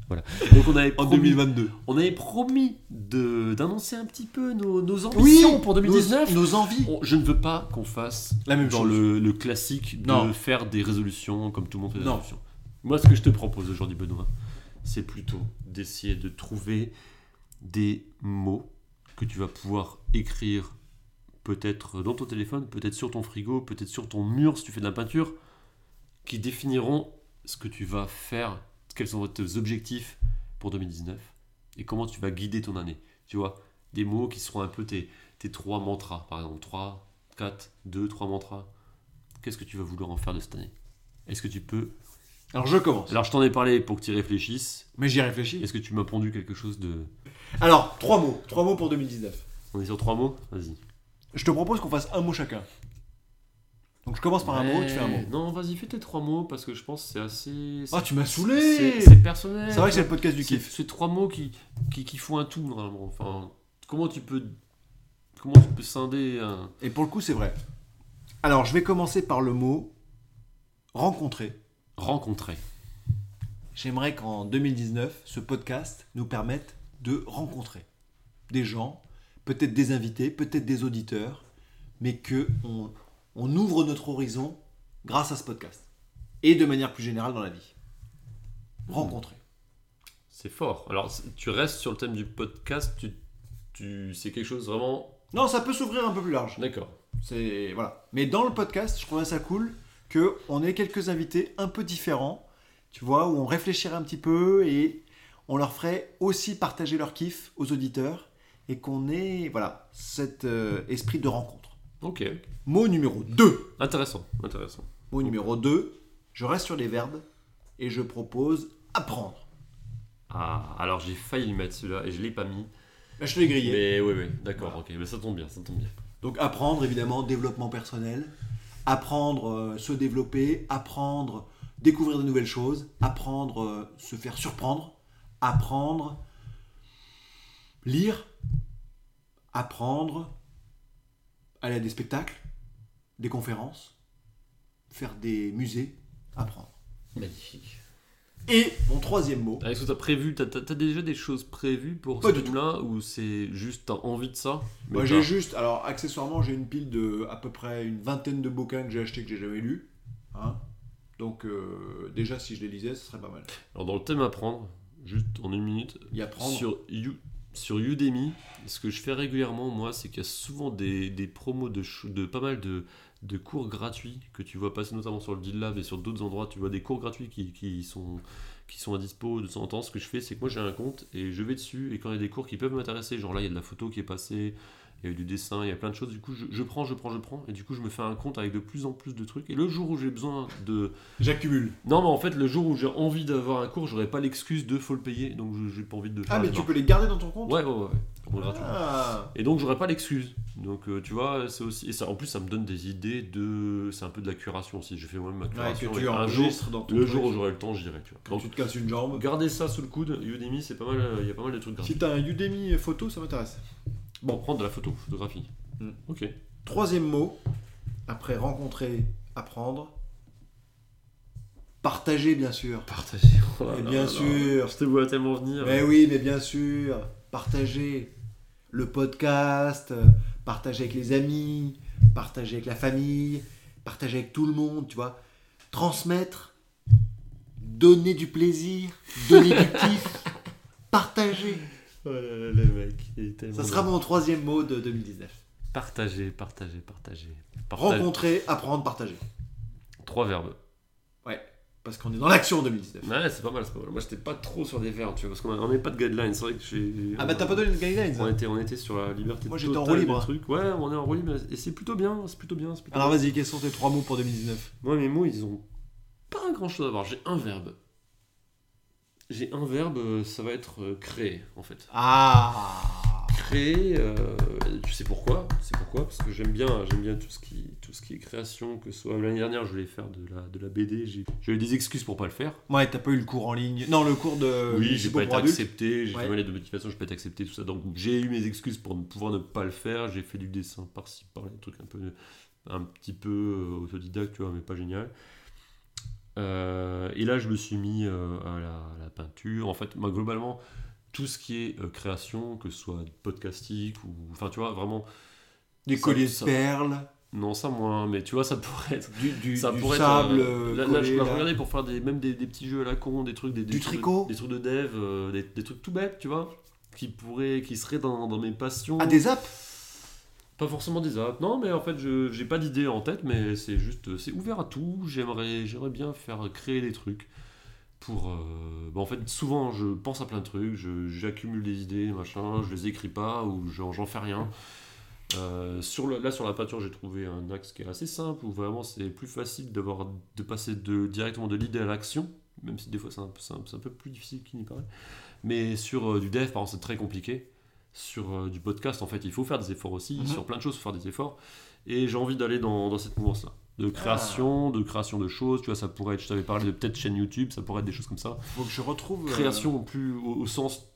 B: Donc on avait
A: En
B: promis,
A: 2022.
B: on avait promis de- d'annoncer un petit peu nos, nos
A: Oui,
B: ambitions pour 2019.
A: Nos, nos envies.
B: On- je ne veux pas qu'on fasse
A: La même
B: genre
A: chose.
B: le, le classique de
A: Non.
B: faire des résolutions comme tout le monde fait des
A: Non.
B: résolutions. euh, Moi, ce que je te propose aujourd'hui, Benoît, c'est plutôt d'essayer de trouver des mots que tu vas pouvoir écrire peut-être dans ton téléphone, peut-être sur ton frigo, peut-être sur ton mur si tu fais de la peinture, qui définiront ce que tu vas faire, quels sont tes objectifs pour 2019 et comment tu vas guider ton année. Tu vois, des mots qui seront un peu tes, tes trois mantras, par exemple, 3, 4, 2, 3 mantras. Qu'est-ce que tu vas vouloir en faire de cette année Est-ce que tu peux...
A: Alors je commence.
B: Alors je t'en ai parlé pour que tu y réfléchisses.
A: Mais j'y réfléchis.
B: Est-ce que tu m'as pondu quelque chose de...
A: Alors, trois mots. Trois mots pour 2019.
B: On est sur trois mots Vas-y.
A: Je te propose qu'on fasse un mot chacun. Donc je commence par un mot, tu fais un mot.
B: Non, vas-y, fais tes trois mots parce que je pense que c'est assez...
A: Ah, tu m'as
B: C'est
A: saoulé
B: c'est personnel.
A: C'est vrai que c'est le podcast du
B: C'est-
A: kiff.
B: C'est trois mots qui, qui, qui font un tout, normalement. Enfin, comment tu peux, comment tu peux scinder un...
A: Et pour le coup, c'est vrai. Alors, je vais commencer par le mot rencontrer.
B: Rencontrer.
A: J'aimerais qu'en 2019, ce podcast nous permette de rencontrer des gens, peut-être des invités, peut-être des auditeurs, mais que on, on ouvre notre horizon grâce à ce podcast. Et de manière plus générale dans la vie. Rencontrer.
B: C'est fort. Alors, c'est- tu restes sur le thème du podcast, tu, tu, c'est quelque chose vraiment...
A: Non, ça peut s'ouvrir un peu plus large.
B: D'accord.
A: C'est voilà. Mais dans le podcast, je trouvais ça cool que on ait quelques invités un peu différents, tu vois, où on réfléchirait un petit peu et on leur ferait aussi partager leur kiff aux auditeurs et qu'on ait voilà cet euh, esprit de rencontre.
B: Ok.
A: Mot numéro 2.
B: Intéressant, intéressant.
A: Mot numéro 2, je reste sur les verbes et je propose apprendre.
B: Ah, alors j'ai failli le mettre celui-là et je l'ai pas mis.
A: Là, je te l'ai grillé.
B: Mais oui, oui, d'accord, ok. Mais ça tombe bien, ça tombe bien.
A: Donc apprendre évidemment développement personnel, apprendre euh, se développer, apprendre découvrir de nouvelles choses, apprendre euh, se faire surprendre, apprendre lire, apprendre aller à des spectacles, des conférences, faire des musées, apprendre.
B: Magnifique.
A: Et mon troisième mot,
B: Est-ce que t'as prévu, t'as, t'as- t'as déjà des choses prévues pour
A: Pas
B: ce
A: du
B: film-là ou c'est juste t'as envie de ça mais
A: Moi,
B: t'as-
A: j'ai juste, alors accessoirement, j'ai une pile de à peu près une vingtaine de bouquins que j'ai achetés que j'ai jamais lus. hein. Donc, euh, déjà, si je les lisais, ce serait pas mal.
B: Alors dans le thème apprendre, juste en une minute,
A: Y apprendre.
B: Sur, You- sur Udemy, ce que je fais régulièrement, moi, c'est qu'il y a souvent des, des promos de, ch- de pas mal de, de cours gratuits que tu vois passer, notamment sur le Deal Lab et sur d'autres endroits. Tu vois des cours gratuits qui, qui sont, qui sont à dispo de temps en temps. Ce que je fais, c'est que moi, j'ai un compte et je vais dessus. Et quand il y a des cours qui peuvent m'intéresser, genre là, il y a de la photo qui est passée, il y a eu du dessin, il y a plein de choses. Du coup, je, je prends, je prends, je prends. Et du coup, je me fais un compte avec de plus en plus de trucs. Et le jour où j'ai besoin de.
A: J'accumule.
B: Non, mais en fait, le jour où j'ai envie d'avoir un cours, j'aurai pas l'excuse de faut le payer, donc je- j'ai pas envie de le faire.
A: Ah, mais tu
B: genre.
A: peux les garder dans ton compte
B: Ouais, ouais, ouais. ouais. Gratuit.
A: Ah.
B: Et donc, j'aurai pas l'excuse. Donc, euh, tu vois, c'est aussi. Et ça, en plus, ça me donne des idées de. C'est un peu de la curation aussi. Je fais moi-même ma
A: Ouais, que
B: curation.
A: tu
B: et un jour,
A: enregistres dans ton
B: le
A: truc.
B: jour où j'aurai le temps, j'irai. Tu vois.
A: Quand
B: Donc,
A: tu te casses une jambe.
B: gardez ça sous le coude. Udemy, c'est pas mal. euh, Il y a pas mal de trucs gratuits.
A: Si t'as un Udemy photo, ça m'intéresse.
B: Bon, prendre de la photo, photographie.
A: Hmm.
B: Ok.
A: Troisième mot, après rencontrer, apprendre, partager, bien sûr.
B: Partager. *laughs* Oh là
A: Et
B: là
A: bien
B: là.
A: sûr.
B: Je te vois tellement venir.
A: Mais oui, mais bien sûr, partager le podcast, euh, partager avec les amis, partager avec la famille, partager avec tout le monde, tu vois. Transmettre, donner du plaisir, donner du
B: *laughs*
A: kiff, partager.
B: Oh là là, le mec. il est tellement
A: Ça sera
B: bon.
A: mon troisième mot de 2019.
B: Partager, partager, partager. Partager.
A: Rencontrer, apprendre, partager.
B: Trois verbes.
A: Ouais, parce qu'on est dans l'action en 2019.
B: Ouais, c'est pas mal, c'est pas mal. Moi, j'étais pas trop sur des verbes, tu vois, parce qu'on n'est pas de guidelines. C'est vrai que j'ai.
A: Ah bah t'as pas donné de guidelines.
B: On était, on était sur la liberté
A: Moi,
B: de
A: j'étais en
B: totale
A: roue
B: des
A: libre.
B: trucs. Ouais, on est en roue libre, et c'est plutôt bien, c'est plutôt bien. c'est Plutôt
A: Alors
B: bien.
A: vas-y, quels sont tes trois mots pour 2019
B: Moi, mes mots, ils ont pas grand chose à voir. J'ai un verbe. J'ai un verbe, euh, ça va être euh, créer, en fait.
A: Ah
B: Créer, euh, tu sais pourquoi C'est pourquoi Parce que j'aime bien, j'aime bien tout ce qui, tout ce qui est création, que ce soit l'année dernière, je voulais faire de la, de la BD, j'ai j'ai eu des excuses pour pas le faire.
A: Ouais, t'as pas eu le cours en ligne. Non, le cours de...
B: Oui, j'ai
A: Chico
B: pas été
A: Euh, pour adultes.
B: accepté, j'ai
A: Ouais.
B: fait ma lettre de motivation, j'ai pas été accepté, tout ça. Donc j'ai eu mes excuses pour ne pouvoir ne pas le faire. J'ai fait du dessin par-ci, par-là, des trucs un peu, un petit peu euh, autodidacte, tu vois, mais pas génial. Euh, et là, je me suis mis euh, à, la, à la peinture. En fait, moi, globalement, tout ce qui est euh, création, que ce soit podcastique ou. Enfin, tu vois, vraiment.
A: Des
B: Ça-
A: colliers de
B: ça-
A: perles,
B: Non, ça moins, mais tu vois, ça *laughs* pourrait être.
A: du, du-
B: Ça
A: du
B: pourrait
A: sable.
B: être. euh,
A: euh,
B: là, là, je
A: collé,
B: peux
A: là.
B: regarder pour faire des, même des, des petits jeux à la con, des trucs. Des, des
A: Du
B: trucs de-
A: tricot
B: Des trucs de dev, euh, des, des trucs tout bêtes, tu vois. Qui pourraient. Qui seraient dans, dans mes passions.
A: Ah, des apps
B: Pas forcément des apps, non, mais en fait, je j'ai pas d'idée en tête, mais c'est juste, euh, c'est ouvert à tout. J'aimerais, j'aimerais bien faire créer des trucs pour. euh, bah, en fait, souvent, je pense à plein de trucs, je- j'accumule des idées, machin, je les écris pas ou j'en j'en fais rien. Euh, sur le- là, sur la peinture, j'ai trouvé un axe qui est assez simple où vraiment c'est plus facile d'avoir de passer de directement de l'idée à l'action, même si des fois c'est un, peu- c'est un- c'est un peu plus difficile qu'il n'y paraît. Mais sur euh, du dev, par exemple, c'est très compliqué. Sur euh, du podcast, en fait, il faut faire des efforts aussi.
A: Mhm.
B: Sur plein de choses, il faut faire des efforts. Et j'ai envie d'aller dans, dans cette mouvance-là.
A: Ah.
B: De création, de création de choses. Tu vois, ça pourrait être, je t'avais parlé de peut-être chaîne YouTube, ça pourrait être des choses comme ça.
A: Faut que je retrouve. euh,
B: Création au plus au, au sens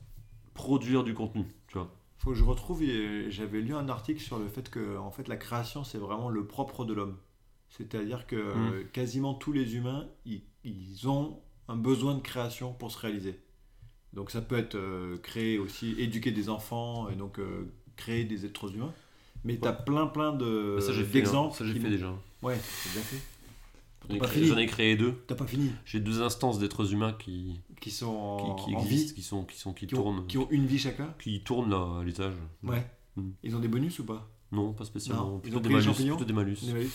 B: produire du contenu, tu vois.
A: Faut que je retrouve. et J'avais lu un article sur le fait que, en fait, la création, c'est vraiment le propre de l'homme. C'est-à-dire que
B: Mm.
A: euh, quasiment tous les humains, ils, ils ont un besoin de création pour se réaliser. Donc ça peut être euh, créer aussi, éduquer des enfants et donc euh, créer des êtres humains. Mais t'as plein plein de
B: ça, j'ai fait,
A: d'exemples.
B: hein. Ça, j'ai
A: Euh, qui
B: fait
A: m'ont-
B: déjà.
A: Ouais, c'est bien fait.
B: J'en ai
A: pas
B: créé-
A: fini.
B: J'en ai créé deux.
A: T'as pas fini.
B: J'ai deux instances d'êtres humains qui,
A: Qui sont en,
B: qui, qui
A: en
B: existent,
A: vie,
B: qui sont qui sont qui,
A: qui ont,
B: tournent,
A: qui ont une vie chacun.
B: qui tournent là à l'étage.
A: Ouais.
B: Mm.
A: Ils ont des bonus ou
B: *laughs*
A: pas
B: Non, pas spécialement.
A: Non, ils
B: plutôt,
A: ont
B: des
A: pris les
B: malus,
A: champignons
B: plutôt des malus.
A: Des malus.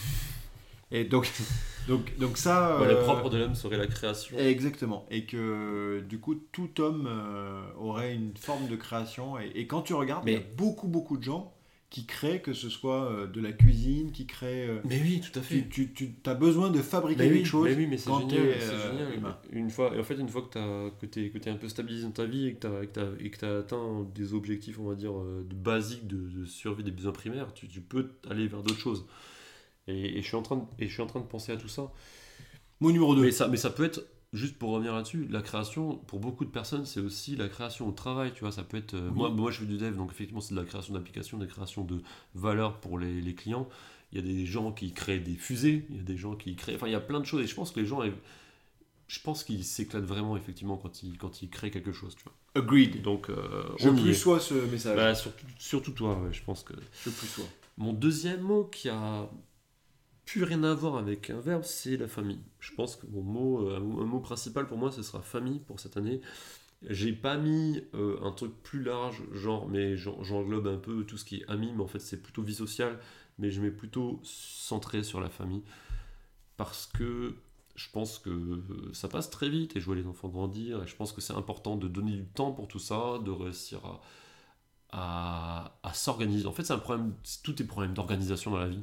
A: Et donc, *laughs* donc, donc ça.
B: Ouais, le
A: euh,
B: propre de l'homme serait la création.
A: Exactement. Et que du coup, tout homme euh, aurait une forme de création. Et, et quand tu regardes, il y a
B: Mais-
A: beaucoup, beaucoup de gens qui créent, que ce soit euh, de la cuisine, qui créent. euh,
B: Mais oui, tout à
A: tu tu, as besoin de fabriquer
B: Mais
A: quelque
B: oui,
A: chose.
B: mais oui, mais c'est
A: quand
B: génial,
A: t'es,
B: c'est
A: euh,
B: génial.
A: humain.
B: Une fois, et en fait, une fois que t'as que t'es que t'es un peu stabilisé dans ta vie et que t'as et que t'as- et que t'as atteint des objectifs, on va dire, euh, de- basiques de, de survie des besoins primaires, tu, tu peux aller vers d'autres choses. Et, et je suis en train de, et je suis en train de penser à tout ça.
A: Mon numéro 2.
B: Mais ça, mais ça peut être, juste pour revenir là-dessus, la création, pour beaucoup de personnes, c'est aussi la création au travail, tu vois, ça peut être... euh,
A: Oui.
B: moi, moi, je fais du dev, donc effectivement, c'est de la création d'applications, des créations de valeur pour les, les clients. Il y a des gens qui créent des fusées, il y a des gens qui créent... Enfin, il y a plein de choses, et je pense que les gens... Je pense qu'ils s'éclatent vraiment, effectivement, quand ils, quand ils créent quelque chose, tu vois.
A: Agreed.
B: Donc, euh,
A: Je
B: on y est.
A: plus sois ce message.
B: Bah, surtout, surtout toi, ouais, je pense que...
A: Je plus sois.
B: Mon deuxième mot qui a plus rien à voir avec un verbe, c'est la famille. Je pense que mon mot, euh, un mot un mot principal pour moi, ce sera famille pour cette année. J'ai pas mis euh, un truc plus large, genre, mais j'en- j'englobe un peu tout ce qui est ami, mais en fait c'est plutôt vie sociale, mais je mets plutôt centré sur la famille. Parce que je pense que euh, ça passe très vite et je vois les enfants grandir, et je pense que c'est important de donner du temps pour tout ça, de réussir à, à, à s'organiser. En fait, c'est un problème, c'est- tout est problème d'organisation dans la vie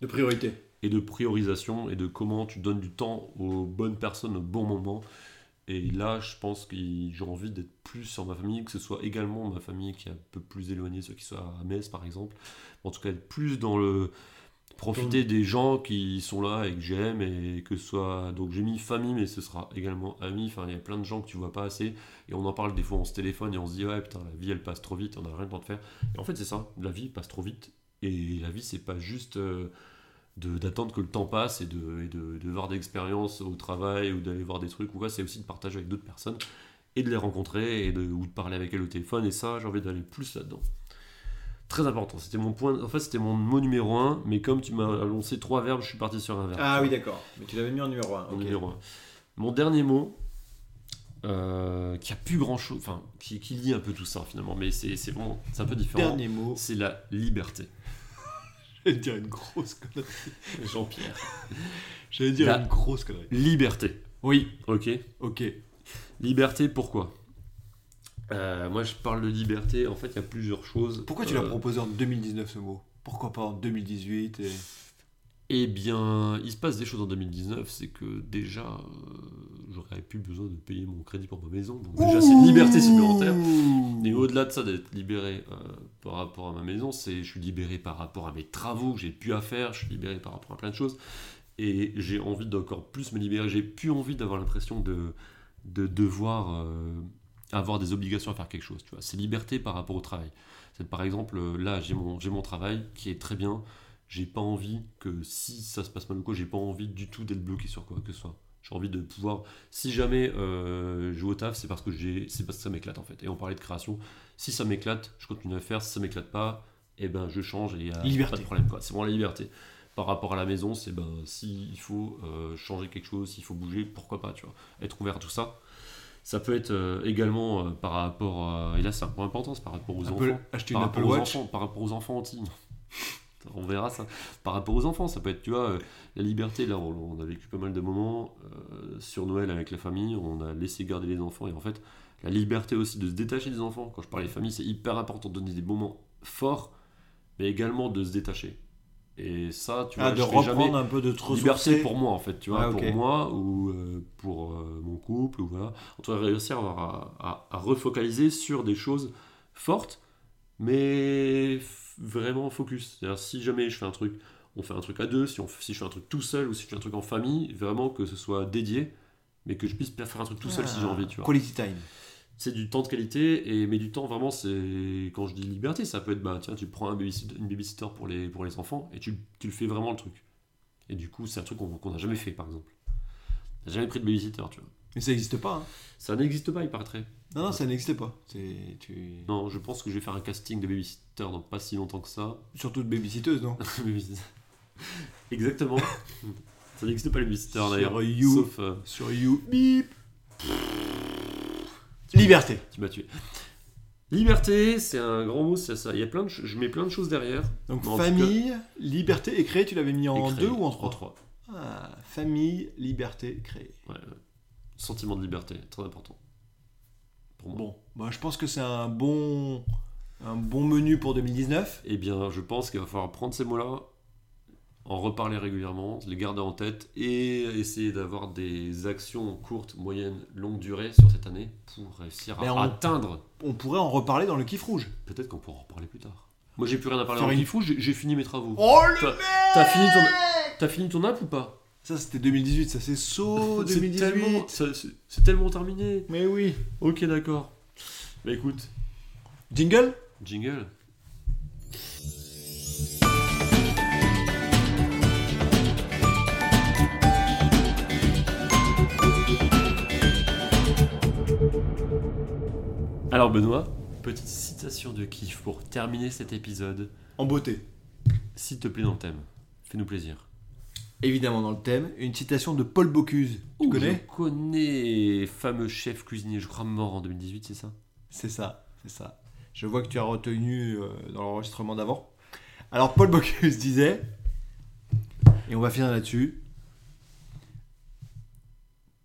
A: De priorité.
B: et de priorisation et de comment tu donnes du temps aux bonnes personnes au bon moment. Et là, je pense que j'ai envie d'être plus sur ma famille, que ce soit également ma famille qui est un peu plus éloignée, ceux qui sont à Metz par exemple. En tout cas, être plus dans le profiter des gens qui sont là et que j'aime et que ce soit donc j'ai mis famille mais ce sera également amis enfin il y a plein de gens que tu vois pas assez et on en parle des fois on se téléphone et on se dit ouais putain la vie elle passe trop vite on a rien le temps de faire et en fait c'est ça la vie passe trop vite et la vie c'est pas juste euh, de- d'attendre que le temps passe et de, et de, de voir des expériences au travail ou d'aller voir des trucs ou quoi, c'est aussi de partager avec d'autres personnes et de les rencontrer et de, ou de parler avec elles au téléphone et ça j'ai envie d'aller plus là-dedans. Très important, c'était mon point, en fait c'était mon mot numéro un mais comme tu m'as annoncé trois verbes, je suis parti sur un verbe.
A: Ah oui, d'accord. Mais tu l'avais mis en numéro 1.
B: Mon numéro un. Mon dernier mot, euh, qui a plus grand chose, enfin qui, qui lie un peu tout ça finalement, mais c'est c'est vraiment, c'est un peu différent,
A: Dernier mot.
B: c'est la liberté.
A: J'allais dire une grosse connerie.
B: Jean-Pierre.
A: J'allais dire
B: La-
A: une grosse connerie.
B: Liberté,
A: Oui.
B: ok
A: Ok.
B: Liberté, pourquoi Euh, Moi, je parle de liberté. En fait, il y a plusieurs choses.
A: Pourquoi tu l'as
B: Euh,
A: proposé en 2019 ce mot Pourquoi pas en 2018 et...
B: Eh bien, il se passe des choses en 2019. C'est que déjà, euh, j'aurais plus besoin de payer mon crédit pour ma maison. Donc, déjà, c'est une liberté supplémentaire.
A: Hum.
B: Et au-delà de ça, d'être libéré euh, par rapport à ma maison, c'est je suis libéré par rapport à mes travaux que j'ai pu à faire, je suis libéré par rapport à plein de choses. Et j'ai envie d'encore plus me libérer. J'ai plus envie d'avoir l'impression de, de devoir euh, avoir des obligations à faire quelque chose. Tu vois, c'est liberté par rapport au travail. C'est par exemple euh, là, j'ai mon j'ai mon travail qui est très bien. J'ai pas envie que si ça se passe mal ou quoi, j'ai pas envie du tout d'être bloqué sur quoi que ce soit. J'ai envie de pouvoir, si jamais euh, je vais au taf, c'est parce que j'ai, c'est parce que ça m'éclate en fait. Et on parlait de création. Si ça m'éclate, je continue à faire. Si ça m'éclate pas, eh ben je change et il y a
A: Liberté.
B: pas de problème. quoi. C'est vraiment la liberté. Par rapport à la maison, c'est ben s'il faut euh, changer quelque chose, s'il faut bouger, pourquoi pas, tu vois. Être ouvert à tout ça. Ça peut être euh, également euh, par rapport, à- et là c'est un point important, c'est par rapport aux enfants.
A: Apple- acheter une
B: Par
A: Apple
B: rapport, aux
A: Watch.
B: enfants, par rapport aux enfants anti. On verra *laughs* ça. Par rapport aux enfants, ça peut être, tu vois, euh, la liberté. Là, on, on a vécu pas mal de moments euh, sur Noël avec la famille. On a laissé garder les enfants. Et en fait, la liberté aussi de se détacher des enfants. Quand je parle des familles, c'est hyper important de donner des moments forts, mais également de se détacher. Et ça, tu vois,
A: Ah, de
B: je fais
A: reprendre
B: jamais
A: un peu de trop
B: liberté pour moi en fait tu vois
A: Ah, ok.
B: pour moi ou euh, pour euh, mon couple ou voilà en tout cas réussir à, avoir- à- à- à refocaliser sur des choses fortes mais f- vraiment focus c'est à dire si jamais je fais un truc on fait un truc à deux si, on, f- si je fais un truc tout seul ou si je fais un truc en famille vraiment que ce soit dédié mais que je puisse faire un truc tout seul si j'ai envie tu vois
A: Ah, Quality time.
B: c'est du temps de qualité et mais du temps vraiment c'est quand je dis liberté ça peut être bah tiens tu prends un babysit- une babysitter pour les pour les enfants et tu, tu le fais vraiment le truc et du coup c'est un truc qu'on qu'on n'a jamais fait par exemple t'as jamais pris de babysitter tu vois
A: Mais ça n'existe pas. hein.
B: ça n'existe pas il paraîtrait
A: Non, non, ça n'existe pas. C'est- Tu...
B: non je pense que je vais faire un casting de babysitter dans pas si longtemps que ça *laughs*
A: Surtout de babysitteuse, non
B: Babysitter. exactement ça n'existe pas les babysitters
A: Sur
B: d'ailleurs
A: You.
B: sauf euh,
A: Sur You. Bip Liberté.
B: tu m'as tué liberté c'est un grand mot c'est ça il y a plein de ch- je mets plein de choses derrière
A: Donc
B: Mais en tout
A: famille, liberté et créer, tu l'avais mis en
B: Et créer.
A: deux ou en trois
B: en trois
A: Ah, famille, liberté, créer.
B: Ouais, ouais. sentiment de liberté, très important. Pour moi.
A: Bon, bah, je pense que c'est un bon, un bon menu pour 2019.
B: Eh bien, je pense qu'il va falloir prendre ces mots-là, en reparler régulièrement, les garder en tête et essayer d'avoir des actions courtes, moyennes, longues durées sur cette année pour réussir à
A: Mais on-
B: atteindre.
A: On pourrait en reparler dans le kiff rouge.
B: Peut-être qu'on pourra en reparler plus tard. Moi, j'ai plus rien à parler.
A: Faire
B: en
A: une-
B: une... fou, j'ai j'ai fini mes travaux.
A: *laughs* Oh le
B: T'as-
A: mec
B: T'as fini ton, t'as fini ton app ou pas
A: Ça, c'était 2018, ça c'est saut
B: C'est
A: 2018.
B: tellement- ça- C'est c'est tellement terminé.
A: Mais oui.
B: Ok, d'accord. Bah écoute,
A: Jingle
B: jingle. Alors Benoît, petite citation de kiff pour terminer cet épisode.
A: En beauté.
B: S'il te plaît dans le thème, fais-nous plaisir.
A: Évidemment dans le thème, une citation de Paul Bocuse. Tu
B: Ouh,
A: connais
B: Je connais, fameux chef cuisinier, je crois mort en 2018, c'est ça
A: C'est ça, c'est ça. Je vois que tu as retenu euh, dans l'enregistrement d'avant. Alors, Paul Bocuse *laughs* disait, et on va finir là-dessus,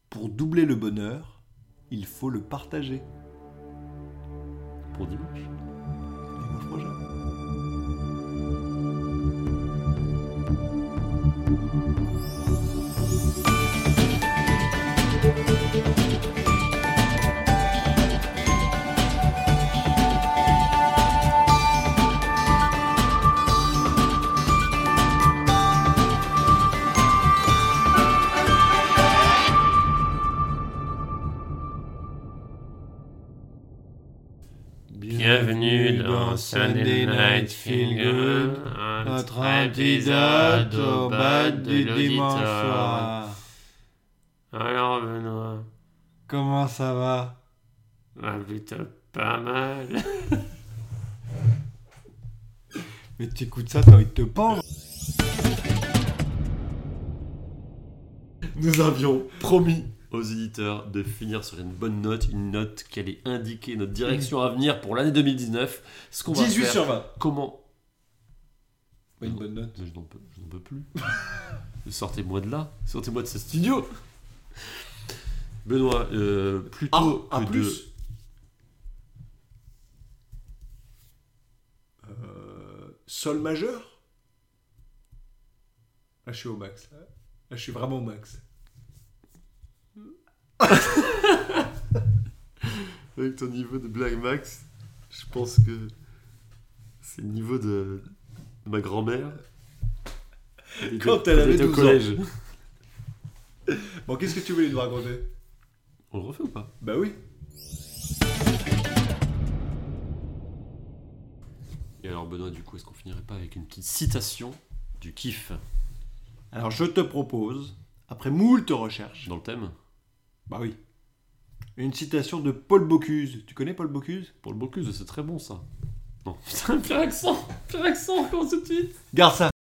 A: pour doubler le bonheur, il faut le partager.
B: Pour dimanche
A: Dimanche prochain.
D: Bienvenue dans Sunday Night Feel Good,
A: Notre
D: un
A: épisode
D: épisode
A: au
D: au
A: bas
D: bas
A: du
D: de
A: dimanche
D: l'auditeur.
A: soir.
D: Alors Benoît,
A: Comment ça va
D: bah plutôt pas mal.
A: Mais t'écoutes ça, t'as envie de te pendre.
B: Nous avions promis aux éditeurs de finir sur une bonne note, une note qui allait indiquer notre direction à venir pour l'année 2019. Ce qu'on va
A: 18
B: faire,
A: Mm. sur 20.
B: comment
A: Pas une bonne note.
B: Je n'en peux, je n'en
A: *laughs*
B: peux plus. Sortez-moi de là, sortez-moi de ce studio. Benoît, euh, plutôt
A: Ah,
B: que
A: un
B: de-
A: plus Euh, Sol majeur Là, je suis au max. Là, Là, je suis vraiment au max.
B: Avec ton niveau de blague max, je pense que c'est le niveau de, de ma grand-mère. était-
A: Quand elle avait
B: était au
A: 12 ans.
B: collège.
A: Bon, qu'est-ce que tu voulais nous raconter
B: On le refait ou pas
A: Bah oui.
B: Et alors Benoît, du coup, est-ce qu'on finirait pas avec une petite citation du kiff
A: Alors, je te propose, après moult recherches.
B: Dans le thème
A: Bah oui. Une citation de Paul Bocuse. Tu connais Paul Bocuse
B: *laughs* Pour le Bocuse, c'est très bon ça. Non, putain, pire accent Pire accent, comment tout de suite
A: Garde ça